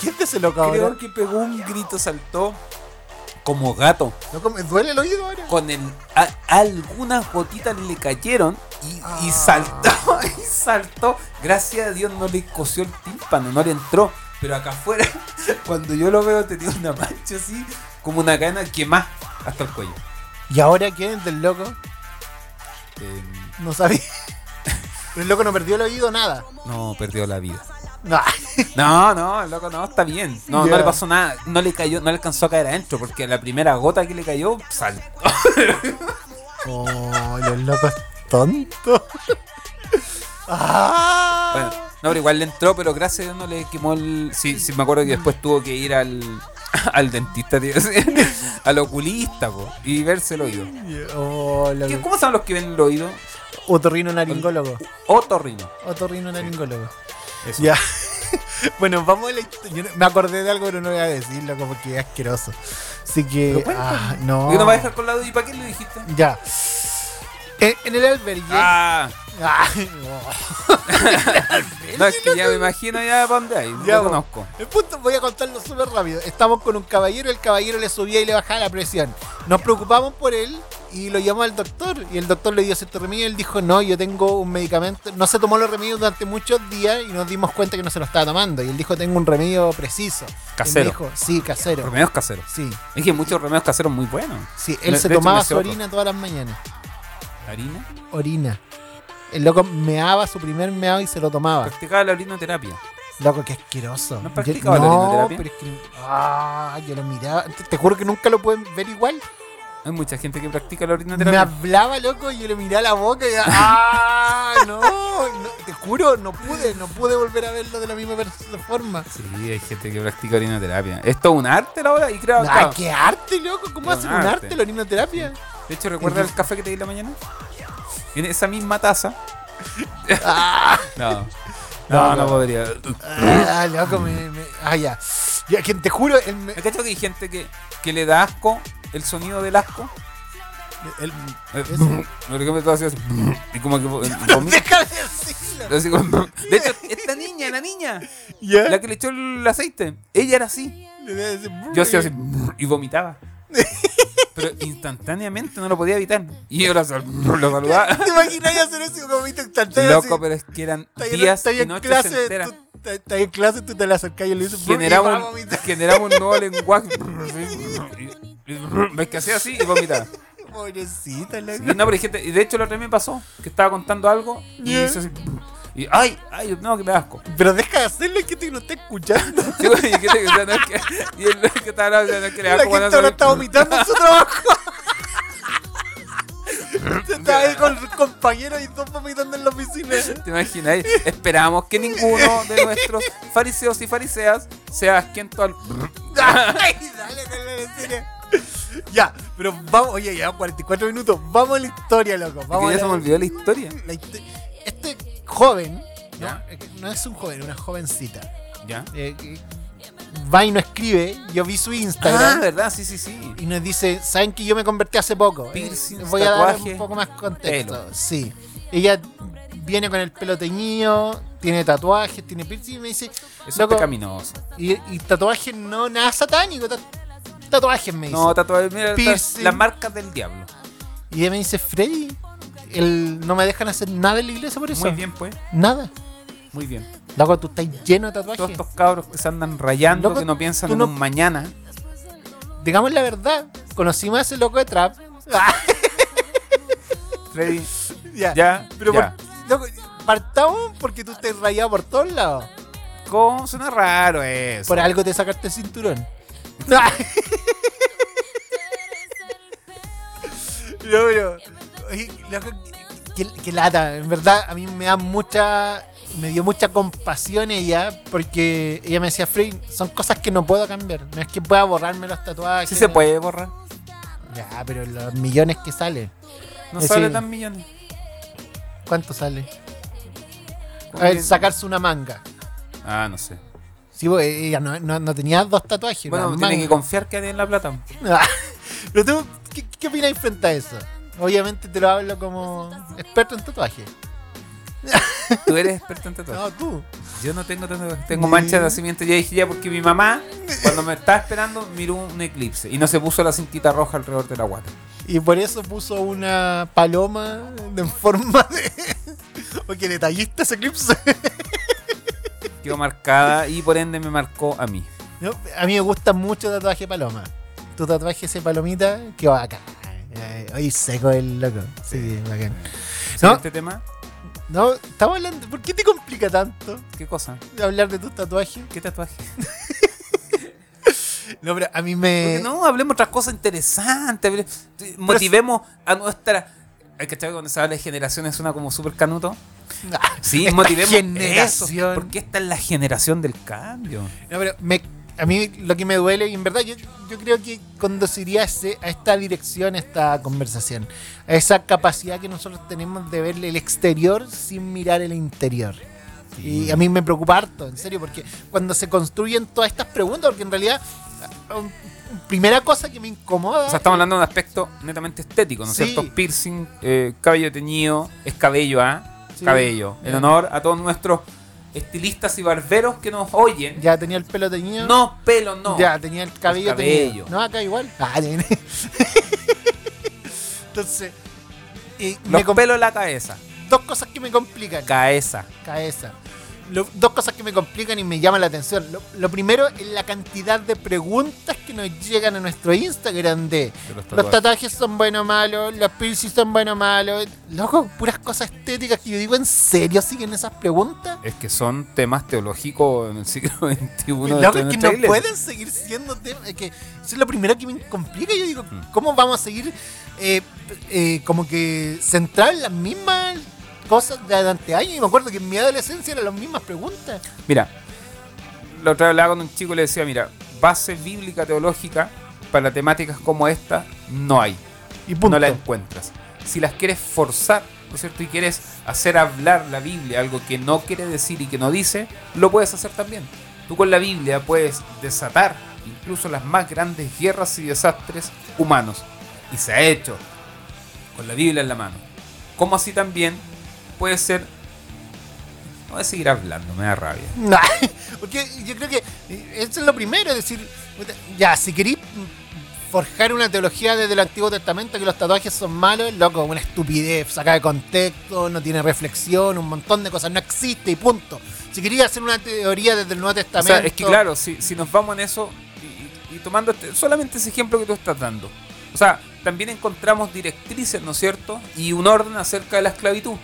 D: ¿Quién te se loco ahora?
E: Creo que pegó un grito, saltó. Como gato.
D: Loco, me duele el oído ahora.
E: con el a- algunas gotitas le cayeron y,
D: Ah.
E: y saltó y saltó gracias a Dios no le coció el tímpano no le entró pero acá afuera cuando yo lo veo tenía una mancha así como una cadena que más hasta el cuello
D: ¿Y ahora quién es del loco?
E: Eh,
D: No sabía. Pero el loco no perdió el oído nada.
E: no perdió la vida
D: No.
E: no no el loco no está bien no
D: Ya.
E: no le pasó nada no le cayó no le alcanzó a caer adentro porque la primera gota que le cayó saltó
D: Oh, los locos tontos. Ah.
E: Bueno, no, pero igual le entró, pero gracias a Dios no le quemó el. Sí, sí, me acuerdo que después tuvo que ir al, al dentista, te iba a decir, al oculista, po, y verse el oído.
D: Oh,
E: ¿Qué-
D: loco.
E: ¿Cómo son los que ven el oído?
D: Otorrino naringólogo.
E: Otorrino.
D: Otorrino naringólogo.
E: Eso.
D: Ya. bueno, vamos a la historia. Me acordé de algo, pero no voy a decirlo, como que es asqueroso. Así que.
E: Pero cuéntame.
D: ah, no.
E: Porque no va a dejar con la duda. ¿Y para qué lo dijiste?
D: Ya. En, en el albergue.
E: Ah,
D: Ah, no.
E: no, es que ya me imagino ya para dónde hay.
D: Ya,
E: Ya lo
D: po.
E: conozco.
D: El punto, voy a contarlo súper rápido. Estamos con un caballero, el caballero le subía y le bajaba la presión. Nos preocupamos por él y lo llamó al doctor. Y el doctor le dio cierto remedio. Él dijo: No, yo tengo un medicamento. No se tomó los remedios durante muchos días y nos dimos cuenta que no se lo estaba tomando. Y él dijo: Tengo un remedio preciso.
E: Casero.
D: Él dijo, sí, casero.
E: Remedios caseros.
D: Sí,
E: Es que hay muchos remedios caseros muy buenos.
D: sí. Él
E: De-
D: se
E: de hecho,
D: tomaba
E: me sé
D: su
E: otro.
D: orina Ah. todas las mañanas.
E: Harina.
D: Orina. El loco meaba su primer meado y se lo tomaba.
E: Practicaba la orinoterapia.
D: Loco, qué asqueroso.
E: ¿No
D: Yo-
E: practicaba la
D: no,
E: orinoterapia?
D: pero es que. Ah, yo lo miraba. Te, te juro que nunca lo pueden ver igual.
E: Hay mucha gente que practica la
D: Me
E: orinoterapia.
D: hablaba, loco, y yo le miraba la boca y. ¡Ah! no, no, Te juro, no pude, no pude volver a verlo de la misma pers- forma.
E: Sí, hay gente que practica orinoterapia. Es todo un arte la hora y creo
D: ¡Ah,
E: claro,
D: qué arte, loco! ¿Cómo
E: Es un
D: hacen un
E: arte.
D: arte la orinoterapia?
E: De hecho, ¿recuerda el café que te di en la mañana? Tiene esa misma taza. no. No, no podría.
D: Ah, loco, me. me- ah, ya. Ya, que te juro, él me-
E: ¿Me cacho que hay gente que, que le da asco el sonido del asco?
D: él-
E: Eh,
D: Eso.
E: Por ejemplo, tú haces y como que eh, vomita.
D: Deja de decirlo.
E: Así como- De hecho, esta niña, la niña,
D: ¿Ya?
E: la que le echó el aceite, ella era así. Yo hacía así y vomitaba. Pero instantáneamente no lo podía evitar. Y yo lo, sal- lo saludaba.
D: ¿Te imaginas hacer eso como vomito instantáneo?
E: Loco, pero es que eran
D: Está bien,
E: días
D: está
E: y
D: bien
E: noches
D: clase,
E: enteras.
D: tú- está- está bien clase, tú te la acercás y le dices, "Brr", y va a
E: generamos, un-
D: vomitar.
E: generamos un nuevo lenguaje. Y- y- y- Ves que hacía así y vomitaba.
D: Pobrecita,
E: Y
D: loco.
E: No, pero hay gente, y de hecho la otra vez me pasó que estaba contando algo y
D: Ya.
E: hizo así. Y ay, ay, no, que me da asco.
D: Pero deja de hacerlo, es que te lo está escuchando.
E: Sí, güey, y que te- o sea, no es que- y el que estaba hablando, o sea, no es que le da
D: La
E: asco cuando
D: gente ahora
E: hace-
D: está vomitando en su trabajo. Está ahí con sus compañeros y todos vomitando en la oficina.
E: ¿Te imagináis? Esperamos que ninguno de nuestros fariseos y fariseas sea asquiento al.
D: Ay, dale con la vecina. Ya, pero vamos, oye, ya 44 minutos. Vamos a la historia, loco. Vamos
E: Porque
D: a
E: ya
D: la-
E: se me olvidó la historia.
D: la histo- Este joven, ¿no?
E: Ya.
D: no es un joven, una jovencita.
E: ¿Ya?
D: Eh, eh, va y no escribe. Yo vi su
E: Ah,
D: Instagram.
E: verdad, sí, sí, sí.
D: y nos dice, saben que yo me convertí hace poco. Eh,
E: Piercings,
D: Voy a dar
E: tatuajes,
D: un poco más contexto.
E: pelo.
D: Sí. Ella viene con el pelo teñido, tiene tatuajes, tiene piercing y me dice,
E: Eso es
D: loco,
E: pecaminoso.
D: y, y tatuajes no nada satánico, ta- tatuajes me dice.
E: No, tatuaje, mira, ta-
D: Piercing.
E: las marcas del diablo.
D: y ella me dice, Freddy, el- no me dejan hacer nada en la iglesia por eso.
E: Muy bien, pues.
D: Nada.
E: Muy bien.
D: Loco, tú estás lleno de
E: Todos
D: tatuajes.
E: estos cabros que se andan rayando,
D: Loco,
E: que no piensan
D: tú
E: en
D: no-
E: un mañana.
D: Digamos la verdad, conocimos a ese loco de trap. Ah,
E: Freddy,
D: ya.
E: ya,
D: Pero
E: ya.
D: por- loco, partamos porque tú estás rayado por todos lados.
E: ¿Cómo? Suena raro eso.
D: Por algo te sacaste el cinturón. no, pero. oye, loco, qué, qué lata. En verdad, a mí me da mucha. Me dio mucha compasión ella, porque ella me decía, Free, son cosas que no puedo cambiar. No es que pueda borrarme los tatuajes.
E: Sí se puede borrar.
D: Ya, pero los millones que sale.
E: No
D: Eh, Sí.
E: sale tan millones.
D: ¿Cuánto sale? A ver, sacarse una manga.
E: Ah, no sé.
D: Sí, pues, ella no, no- no tenía dos tatuajes.
E: Bueno,
D: una
E: tiene
D: manga.
E: que confiar que tiene la plata.
D: Pero tú, ¿qué, qué opinas frente a eso? Obviamente te lo hablo como experto en tatuaje.
E: Tú eres experto en tatuajes.
D: No, tú.
E: Yo no tengo tanto. Tengo manchas de nacimiento. Ya dije ya porque mi mamá, cuando me estaba esperando, miró un eclipse y no se puso la cintita roja alrededor de la guata.
D: Y por eso puso una paloma de- en forma de. Porque detallista ese eclipse.
E: Quedó marcada y por ende me marcó a mí.
D: No, a mí me gusta mucho el tatuaje de paloma. Tu tatuaje ese palomita, qué bacán. Eh, Hoy seco el loco. Sí, bacán. No.
E: Este tema,
D: No, estamos hablando. ¿Por qué te complica tanto
E: ¿qué cosa?
D: de hablar de tus tatuajes?
E: ¿Qué tatuaje?
D: No, pero a mí me.
E: Porque no, hablemos otras cosas interesantes. hable- Motivemos a nuestra. Ay, ¿Cachai? Cuando se habla de generaciones suena como súper canuto.
D: Ah,
E: Sí,
D: esta
E: motivemos.
D: generación.
E: Eso, porque esta es la generación del cambio.
D: No, pero me- a mí lo que me duele, y en verdad yo, yo creo que conduciría a ese- a esta dirección, a esta conversación, a esa capacidad que nosotros tenemos de ver el exterior sin mirar el interior. Y a mí me preocupa harto, en serio, porque cuando se construyen todas estas preguntas, porque en realidad, a- a- primera cosa que me incomoda,
E: O sea, estamos hablando de un aspecto netamente estético, ¿no es
D: Sí.
E: cierto? Piercing, eh, cabello teñido, es cabello, ¿ah?
D: Sí.
E: Cabello. En
D: Ya.
E: honor a todos nuestros estilistas y barberos que nos oyen.
D: ya tenía el pelo teñido,
E: No, pelo, no.
D: ya tenía el cabello,
E: El cabello.
D: teñido. No, acá igual. Ah, tiene. Entonces, y
E: Los
D: me com-
E: pelos en la cabeza.
D: dos cosas que me complican.
E: Cabeza.
D: cabeza. Lo- dos cosas que me complican y me llaman la atención. Lo, lo primero es la cantidad de preguntas que nos llegan a nuestro Instagram de
E: De los
D: los
E: tatuajes.
D: tatuajes son buenos o malos, los piercings son buenos o malos. Loco, puras cosas estéticas que yo digo, ¿en serio siguen esas preguntas?
E: Es que son temas teológicos en el siglo
D: Y
E: XXI. de
D: Loco, es que
E: nuestra
D: no
E: iglesia.
D: pueden seguir siendo temas. Es que eso es lo primero que me complica. Yo digo,
E: Hmm.
D: ¿cómo vamos a seguir eh, eh, como que centrar las mismas cosas de durante años? Y me acuerdo que en mi adolescencia eran las mismas preguntas.
E: Mira, la otra vez hablaba con un chico y le decía, mira, base bíblica teológica para temáticas como esta no hay.
D: Y punto.
E: no la encuentras. Si las quieres forzar, ¿no es cierto? Y quieres hacer hablar la Biblia, algo que no quiere decir y que no dice, lo puedes hacer también. Tú con la Biblia puedes desatar incluso las más grandes guerras y desastres humanos. Y se ha hecho con la Biblia en la mano. Como así también puede ser Voy a seguir hablando, me da rabia.
D: No, porque yo creo que eso es lo primero, es decir, puta, ya, si querís forjar una teología desde el Antiguo Testamento que los tatuajes son malos, loco, una estupidez, saca de contexto, no tiene reflexión, un montón de cosas, no existe y punto. Si querías hacer una teoría desde el Nuevo
E: O
D: Testamento,
E: sea, es que claro, si, si nos vamos en eso y, y- y tomando este- solamente ese ejemplo que tú estás dando. O sea, también encontramos directrices, ¿no es cierto? Y un orden acerca de la esclavitud.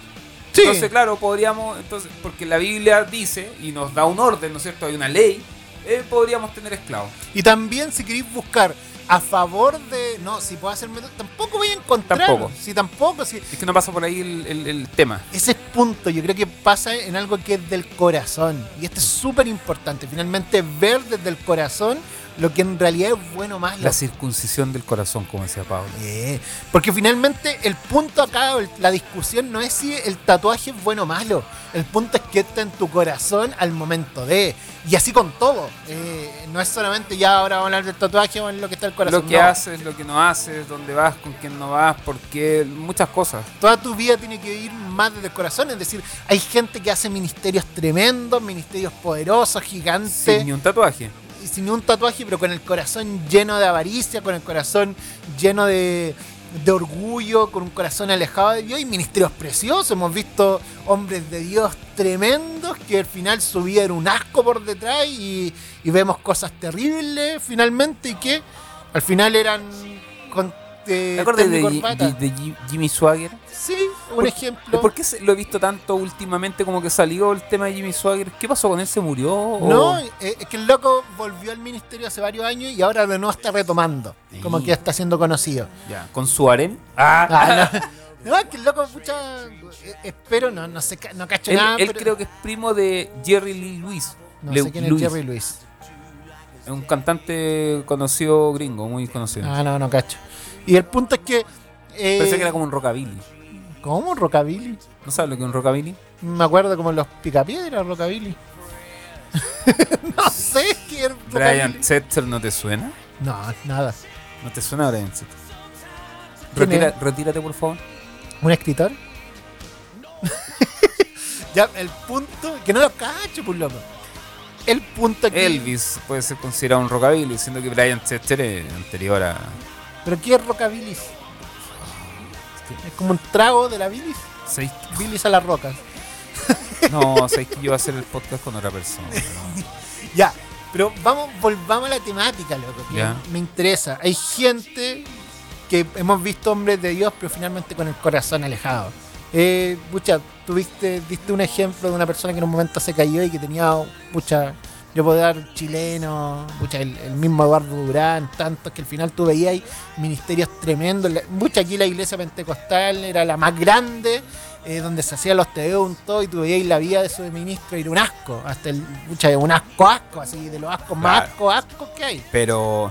D: sí,
E: Entonces, claro, podríamos, entonces, porque la Biblia dice y nos da un orden, ¿no es cierto? Hay una ley, eh, podríamos tener esclavos.
D: y también si queréis buscar a favor de, no, si puedo hacerme, tampoco voy a encontrar,
E: Tampoco.
D: si tampoco, si
E: Es que no pasa por ahí el, el- el tema.
D: Ese es punto, yo creo que pasa en algo que es del corazón. Y esto es súper importante. Finalmente ver desde el corazón lo que en realidad es bueno más.
E: La circuncisión del corazón, como decía Pablo.
D: Eh, Porque finalmente el punto acá, o el- la discusión no es si el tatuaje es bueno o malo. El punto es que está en tu corazón al momento de. Y así con todo. Eh, no es solamente ya ahora vamos a hablar del tatuaje o en lo que está el corazón.
E: Lo que
D: no.
E: haces, lo que no haces, dónde vas, con quién no vas, por qué, muchas cosas.
D: Toda tu vida tiene que ir más desde el corazón. Es decir, hay gente que hace ministerios tremendos, ministerios poderosos, gigantes.
E: Sin ni un tatuaje.
D: y sin ni un tatuaje, pero con el corazón lleno de avaricia, con el corazón lleno de, de orgullo, con un corazón alejado de Dios y ministerios preciosos. Hemos visto hombres de Dios tremendos que al final su vida era un asco por detrás y, y vemos cosas terribles finalmente y que al final eran... Con, eh,
E: ¿Te acuerdas de,
D: terno y
E: Ji-
D: corbata.
E: de- de Ji- Jimmy Swagger?
D: Sí, un
E: Por-
D: ejemplo.
E: ¿Por qué se- lo he visto tanto últimamente como que salió el tema de Jimmy Swagger? ¿Qué pasó con él? ¿Se murió? ¿O-
D: No, eh, es que el loco volvió al ministerio hace varios años y ahora de nuevo está retomando. Como
E: Sí.
D: que ya está siendo conocido.
E: Ya, ¿Con su harem? Ah,
D: Ah, no. No, es que el loco, pucha. eh, Espero, no, no sé, ca- no cacho
E: él
D: nada.
E: él
D: Ah, pero-
E: creo que es primo de Jerry Lee Lewis.
D: No
E: Leu-
D: sé quién
E: Lewis.
D: es Jerry Lewis.
E: Es un cantante conocido gringo, muy conocido.
D: Ah, no, no cacho. Y el punto es que. eh,
E: Pensé que era como un rockabilly.
D: ¿Cómo? ¿Rockabilly?
E: ¿No sabes lo que es un rockabilly?
D: Me acuerdo como los picapiedras, Rockabilly. no sé qué es
E: Brian
D: Rockabilly.
E: Setzer, ¿no te suena?
D: No, nada.
E: ¿No te suena Brian Setzer?
D: ¿Quién es?
E: Retira- retírate, por favor.
D: ¿Un escritor? ya, el punto. Que no lo cacho, pues loco. El punto aquí.
E: Elvis puede ser considerado un rockabilly, siendo que Brian Setzer es anterior a.
D: ¿Pero qué es Rockabilly? Es como un trago de la bilis.
E: ¿Sabéis
D: Billis a las rocas.
E: que- No, sabéis que yo voy a hacer el podcast con otra persona.
D: Ya, pero vamos, volvamos a la temática, loco. que
E: Ya.
D: Me interesa. Hay gente que hemos visto hombres de Dios, pero finalmente con el corazón alejado. Eh, pucha, tuviste, diste un ejemplo de una persona que en un momento se cayó y que tenía, pucha, yo puedo dar chileno, pucha, el, el mismo Eduardo Durán, tantos que al final tú veías ahí ministerios tremendos. La- Mucha aquí la iglesia pentecostal era la más grande, eh, donde se hacían los tedeum todo, y tú veías la vida de su ministro y era un asco, hasta el, pucha, un asco asco, así, de los ascos más
E: Claro.
D: asco asco que hay.
E: Pero.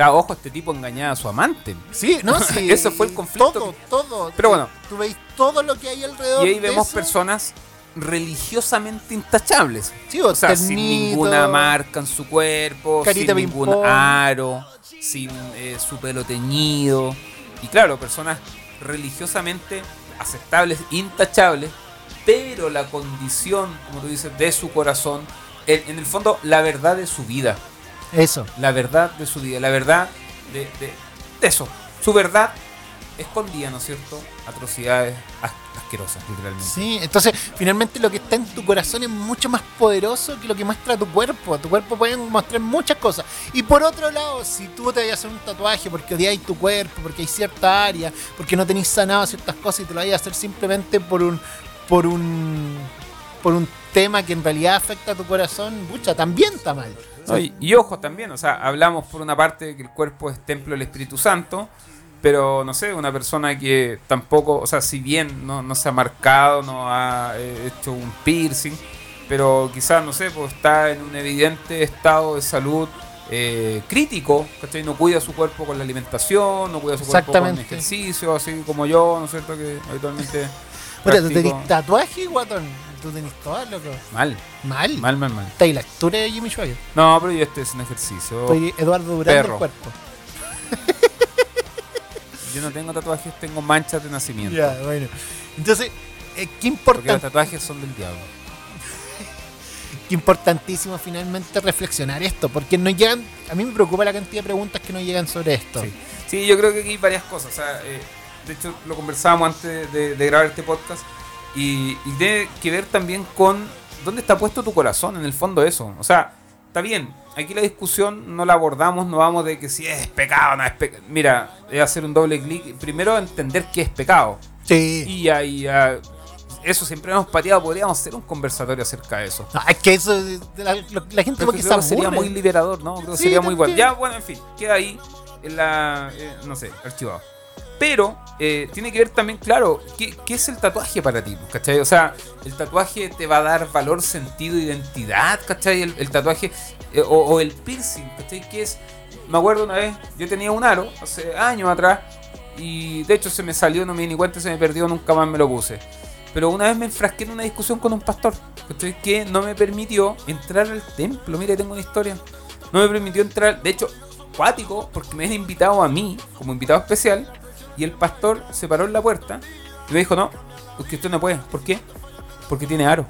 E: ah, ojo, este tipo engañaba a su amante.
D: Sí, no, sí.
E: Ese fue el conflicto
D: Todo,
E: que-
D: todo.
E: Pero bueno.
D: Tú veis todo lo que hay alrededor.
E: Y ahí
D: de
E: vemos
D: eso.
E: personas religiosamente intachables.
D: Sí, o
E: O sea, sin
D: ternito.
E: ninguna marca en su cuerpo,
D: Carita
E: sin ningún
D: ping-pong.
E: aro, sin eh, su pelo teñido. Y claro, personas religiosamente aceptables, intachables, pero la condición, como tú dices, de su corazón, en- en el fondo, la verdad de su vida
D: Eso.
E: la verdad de su vida, la verdad de, de- de eso. Su verdad escondía, ¿no es cierto? Atrocidades as- asquerosas, literalmente.
D: Sí, entonces finalmente lo que está en tu corazón es mucho más poderoso que lo que muestra tu cuerpo. Tu cuerpo puede mostrar muchas cosas. Y por otro lado, si tú te vas a hacer un tatuaje porque odiáis tu cuerpo, porque hay cierta área, porque no tenéis sanado ciertas cosas y te lo vais a hacer simplemente por un, por un, por un tema que en realidad afecta a tu corazón, mucha, también está mal.
E: No, y, y ojo también, o sea, hablamos por una parte de que el cuerpo es templo del Espíritu Santo, pero no sé, una persona que tampoco, o sea, si bien no, no se ha marcado, no ha eh, hecho un piercing, pero quizás, no sé, pues está en un evidente estado de salud eh, crítico, ¿cachai? No cuida su cuerpo con la alimentación, no cuida su cuerpo con el
D: Exactamente.
E: ejercicio, así como yo, ¿no es cierto? Que habitualmente.
D: Puta, tú
E: practico.
D: tenés tatuaje, guatón. Tú tenés todo, loco.
E: Mal,
D: Mal.
E: mal, mal, mal.
D: Está ahí la actura de Jimmy Schwager.
E: No, pero yo estoy haciendo ejercicio.
D: Soy Eduardo Durán
E: Oh. Perro.
D: del cuerpo.
E: Yo no tengo tatuajes, tengo manchas de nacimiento.
D: Ya, bueno. Entonces, eh, qué
E: Porque los
D: importante.
E: tatuajes son del diablo.
D: Qué importantísimo finalmente reflexionar esto, porque no llegan, a mí me preocupa la cantidad de preguntas que no llegan sobre esto.
E: Sí. Sí, yo creo que aquí hay varias cosas. o sea, eh, de hecho, lo conversábamos antes de, de grabar este podcast. Y, y tiene que ver también con dónde está puesto tu corazón, en el fondo, eso. O sea, está bien. Aquí la discusión no la abordamos, no vamos de que si es pecado o no es pecado. Mira, es hacer un doble clic. Primero, entender qué es pecado.
D: Sí.
E: Y ahí, ah, eso siempre hemos pateado. Podríamos hacer un conversatorio acerca de eso.
D: No, es que eso, de la, lo- la gente
E: Creo
D: como
E: que
D: que se
E: creo que sería
D: aburre.
E: muy liberador, ¿no? Creo que
D: Sí,
E: sería muy bueno.
D: también.
E: Ya, bueno, en fin, queda ahí en la. eh, no sé, archivado. Pero eh, tiene que ver también, claro, ¿qué, qué es el tatuaje para ti? ¿Cachai? O sea, el tatuaje te va a dar valor, sentido, identidad, ¿cachai? El, el tatuaje eh, o, o el piercing, ¿cachai? Que es. Me acuerdo una vez, yo tenía un aro hace años atrás y de hecho se me salió, no me di ni cuenta, se me perdió, nunca más me lo puse. Pero una vez me enfrasqué en una discusión con un pastor ¿cachai? que no me permitió entrar al templo. Mire, tengo una historia. No me permitió entrar, de hecho, cuático, porque me habían invitado a mí como invitado especial. Y el pastor se paró en la puerta y me dijo: No, es que usted no puede. ¿Por qué? Porque tiene aro.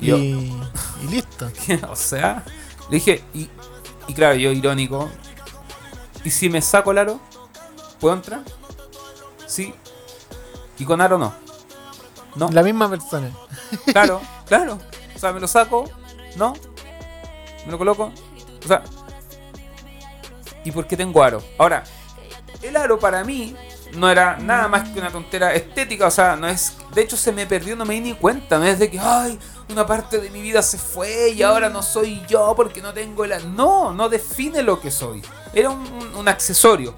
E: Y
D: Y,
E: yo,
D: y listo.
E: o sea, le dije, y, y claro, yo irónico, ¿y si me saco el aro? ¿Puedo entrar? Sí. ¿Y con aro no? No.
D: La misma persona.
E: Claro, claro. O sea, me lo saco, ¿no? Me lo coloco. O sea. ¿Y por qué tengo aro? Ahora, el aro para mí no era nada más que una tontera estética. O sea, no es. De hecho, se me perdió, no me di ni cuenta. No es de que, ay, una parte de mi vida se fue y ahora no soy yo porque no tengo el aro. No, no define lo que soy. Era un, un- un accesorio.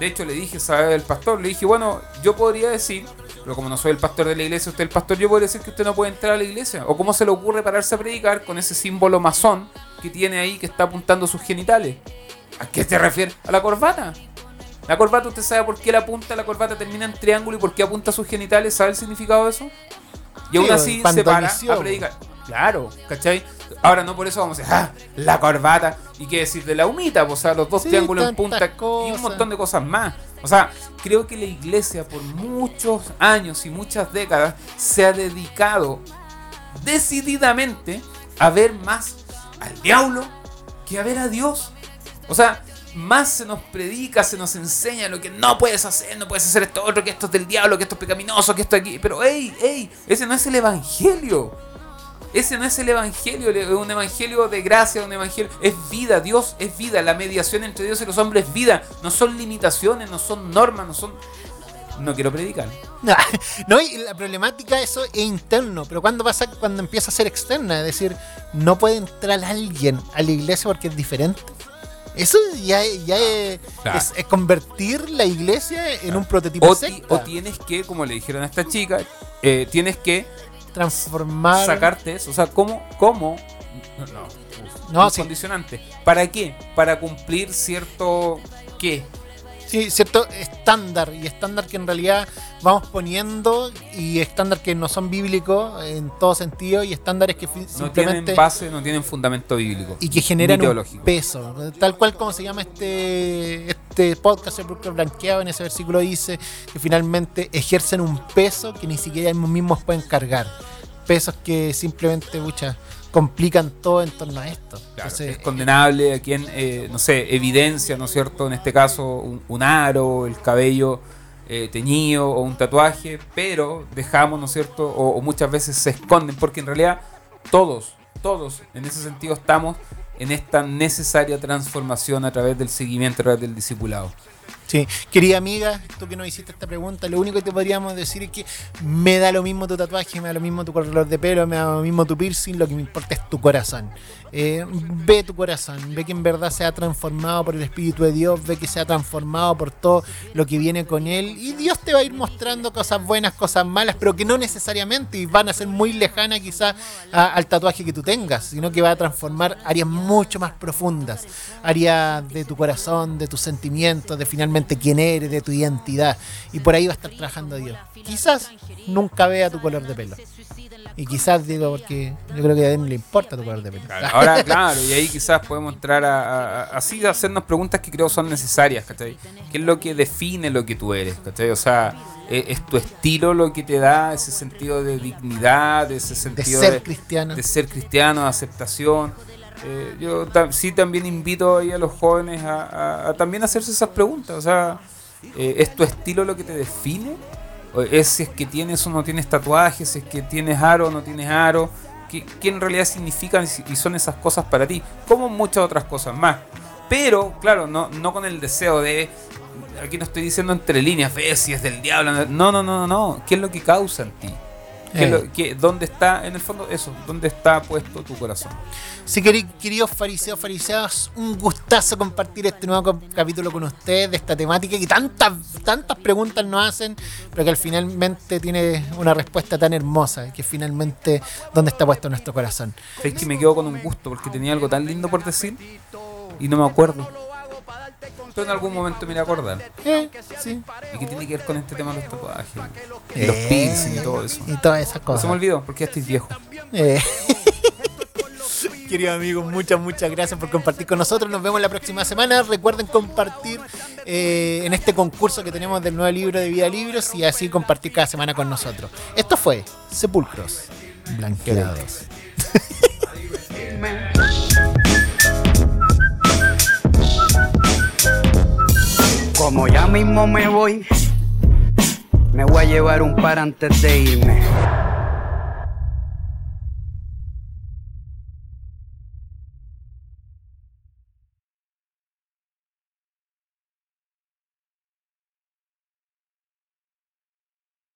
E: De hecho, le dije, ¿sabe? El pastor, le dije, bueno, yo podría decir, pero como no soy el pastor de la iglesia, usted es el pastor, yo podría decir que usted no puede entrar a la iglesia. O cómo se le ocurre pararse a predicar con ese símbolo masón que tiene ahí que está apuntando sus genitales. ¿A qué te refieres? ¿A la corbata? La corbata, ¿usted sabe por qué la punta de la corbata termina en triángulo y por qué apunta a sus genitales? ¿Sabe el significado de eso? Y
D: Sí,
E: aún
D: o
E: así se para
D: vandalización.
E: a predicar. Claro, ¿cachai? Ahora no por eso vamos a decir, ah, la corbata. ¿Y qué decir de la humita? pues, O sea, los dos
D: Sí,
E: triángulos en
D: tantas
E: punta y un
D: cosas.
E: montón de cosas más. O sea, creo que la iglesia por muchos años y muchas décadas se ha dedicado decididamente a ver más al diablo que a ver a Dios. O sea, más se nos predica, se nos enseña lo que no puedes hacer, no puedes hacer esto otro, que esto es del diablo, que esto es pecaminoso, que esto aquí. Pero, hey, hey, ese no es el evangelio. Ese no es el evangelio, el- es un evangelio de gracia, un evangelio. Es vida, Dios es vida. La mediación entre Dios y los hombres es vida. No son limitaciones, no son normas, no son. No quiero predicar.
D: No, y la problemática eso es interno, pero cuando pasa cuando empieza a ser externa, es decir, no puede entrar alguien a la iglesia porque es diferente. Eso ya, es- ya es,
E: Ah, Claro.
D: es- es convertir la iglesia en un prototipo
E: O,
D: de
E: ti-
D: secta.
E: o tienes que, como le dijeron a esta chica, eh, tienes que
D: transformar
E: sacarte eso. O sea, ¿cómo? cómo no, no, uf,
D: No,
E: un
D: sí.
E: condicionante. ¿Para qué? Para cumplir cierto qué.
D: sí, cierto estándar y estándar que en realidad vamos poniendo y estándar que no son bíblicos en todo sentido y estándares que fi-
E: No tienen
D: simplemente
E: base, no tienen fundamento bíblico.
D: y que generan
E: ni
D: un
E: teológico.
D: peso. Tal cual como se llama este, este podcast, el Burker Blanqueado, en ese versículo dice que finalmente ejercen un peso que ni siquiera ellos mismos pueden cargar. Pesos que simplemente, muchas complican todo en torno a esto.
E: Claro,
D: Entonces, eh,
E: es condenable a quien, eh, no sé, evidencia, ¿no es cierto? En este caso, un, un aro, el cabello eh, teñido o un tatuaje, pero dejamos, ¿no es cierto? O, o muchas veces se esconden, porque en realidad todos, todos en ese sentido estamos en esta necesaria transformación a través del seguimiento, a través del discipulado.
D: Sí, querida amiga, tú que nos hiciste esta pregunta, lo único que te podríamos decir es que me da lo mismo tu tatuaje, me da lo mismo tu color de pelo, me da lo mismo tu piercing, lo que me importa es tu corazón. Eh, ve tu corazón, ve que en verdad sea transformado por el Espíritu de Dios, ve que sea transformado por todo lo que viene con Él y Dios te va a ir mostrando cosas buenas, cosas malas, pero que no necesariamente y van a ser muy lejanas quizás a- al tatuaje que tú tengas, sino que va a transformar áreas mucho más profundas, áreas de tu corazón, de tus sentimientos, de finalmente quién eres, de tu identidad. Y por ahí va a estar trabajando Dios. Quizás nunca vea tu color de pelo. Y quizás digo, porque yo creo que a él no le importa tu color de pelo.
E: Claro, Ahora, claro, y ahí quizás podemos entrar a, a- a- así a hacernos preguntas que creo son necesarias, ¿cachai? ¿Qué es lo que define lo que tú eres, ¿cachai? O sea, ¿e- ¿es, tu estilo lo que te da ese sentido de dignidad, ese
D: De
E: sentido
D: ser cristiano.
E: de ser cristiano, de aceptación? Eh, yo ta- sí también invito ahí a los jóvenes a, a- a también hacerse esas preguntas, o sea, eh, ¿es tu estilo lo que te define? O ¿Es si es que tienes o no tienes tatuajes? ¿Si es que tienes aro o no tienes aro? ¿Qué, qué en realidad significan y son esas cosas para ti? Como muchas otras cosas más. Pero, claro, no, no con el deseo de. Aquí no estoy diciendo entre líneas, ve si es del diablo. No, no, no, no. no. ¿Qué es lo que causa en ti? ¿Qué es
D: Eh.
E: lo- qué- ¿Dónde está, en el fondo, eso? ¿Dónde está puesto tu corazón?
D: Sí, queri- queridos fariseos, fariseas, un gustazo compartir este nuevo co- capítulo con ustedes de esta temática que tantas, tantas preguntas nos hacen, pero que al finalmente tiene una respuesta tan hermosa, que finalmente dónde está puesto nuestro corazón.
E: Es que me quedo con un gusto porque tenía algo tan lindo por decir y no me acuerdo. Pero en algún momento me iré a acordar.
D: Eh, sí.
E: ¿Y qué tiene que ver con este tema de los tatuajes? Y
D: Eh.
E: los piercing y todo eso.
D: Y todas esas
E: No
D: cosas.
E: se me olvidó porque ya estoy viejo.
D: Eh. Queridos amigos, muchas, muchas gracias por compartir con nosotros. Nos vemos la próxima semana. Recuerden compartir eh, en este concurso que tenemos del nuevo libro de Vida Libros y así compartir cada semana con nosotros. Esto fue Sepulcros Blanqueados.
C: Como ya mismo me voy, me voy a llevar un par antes de irme.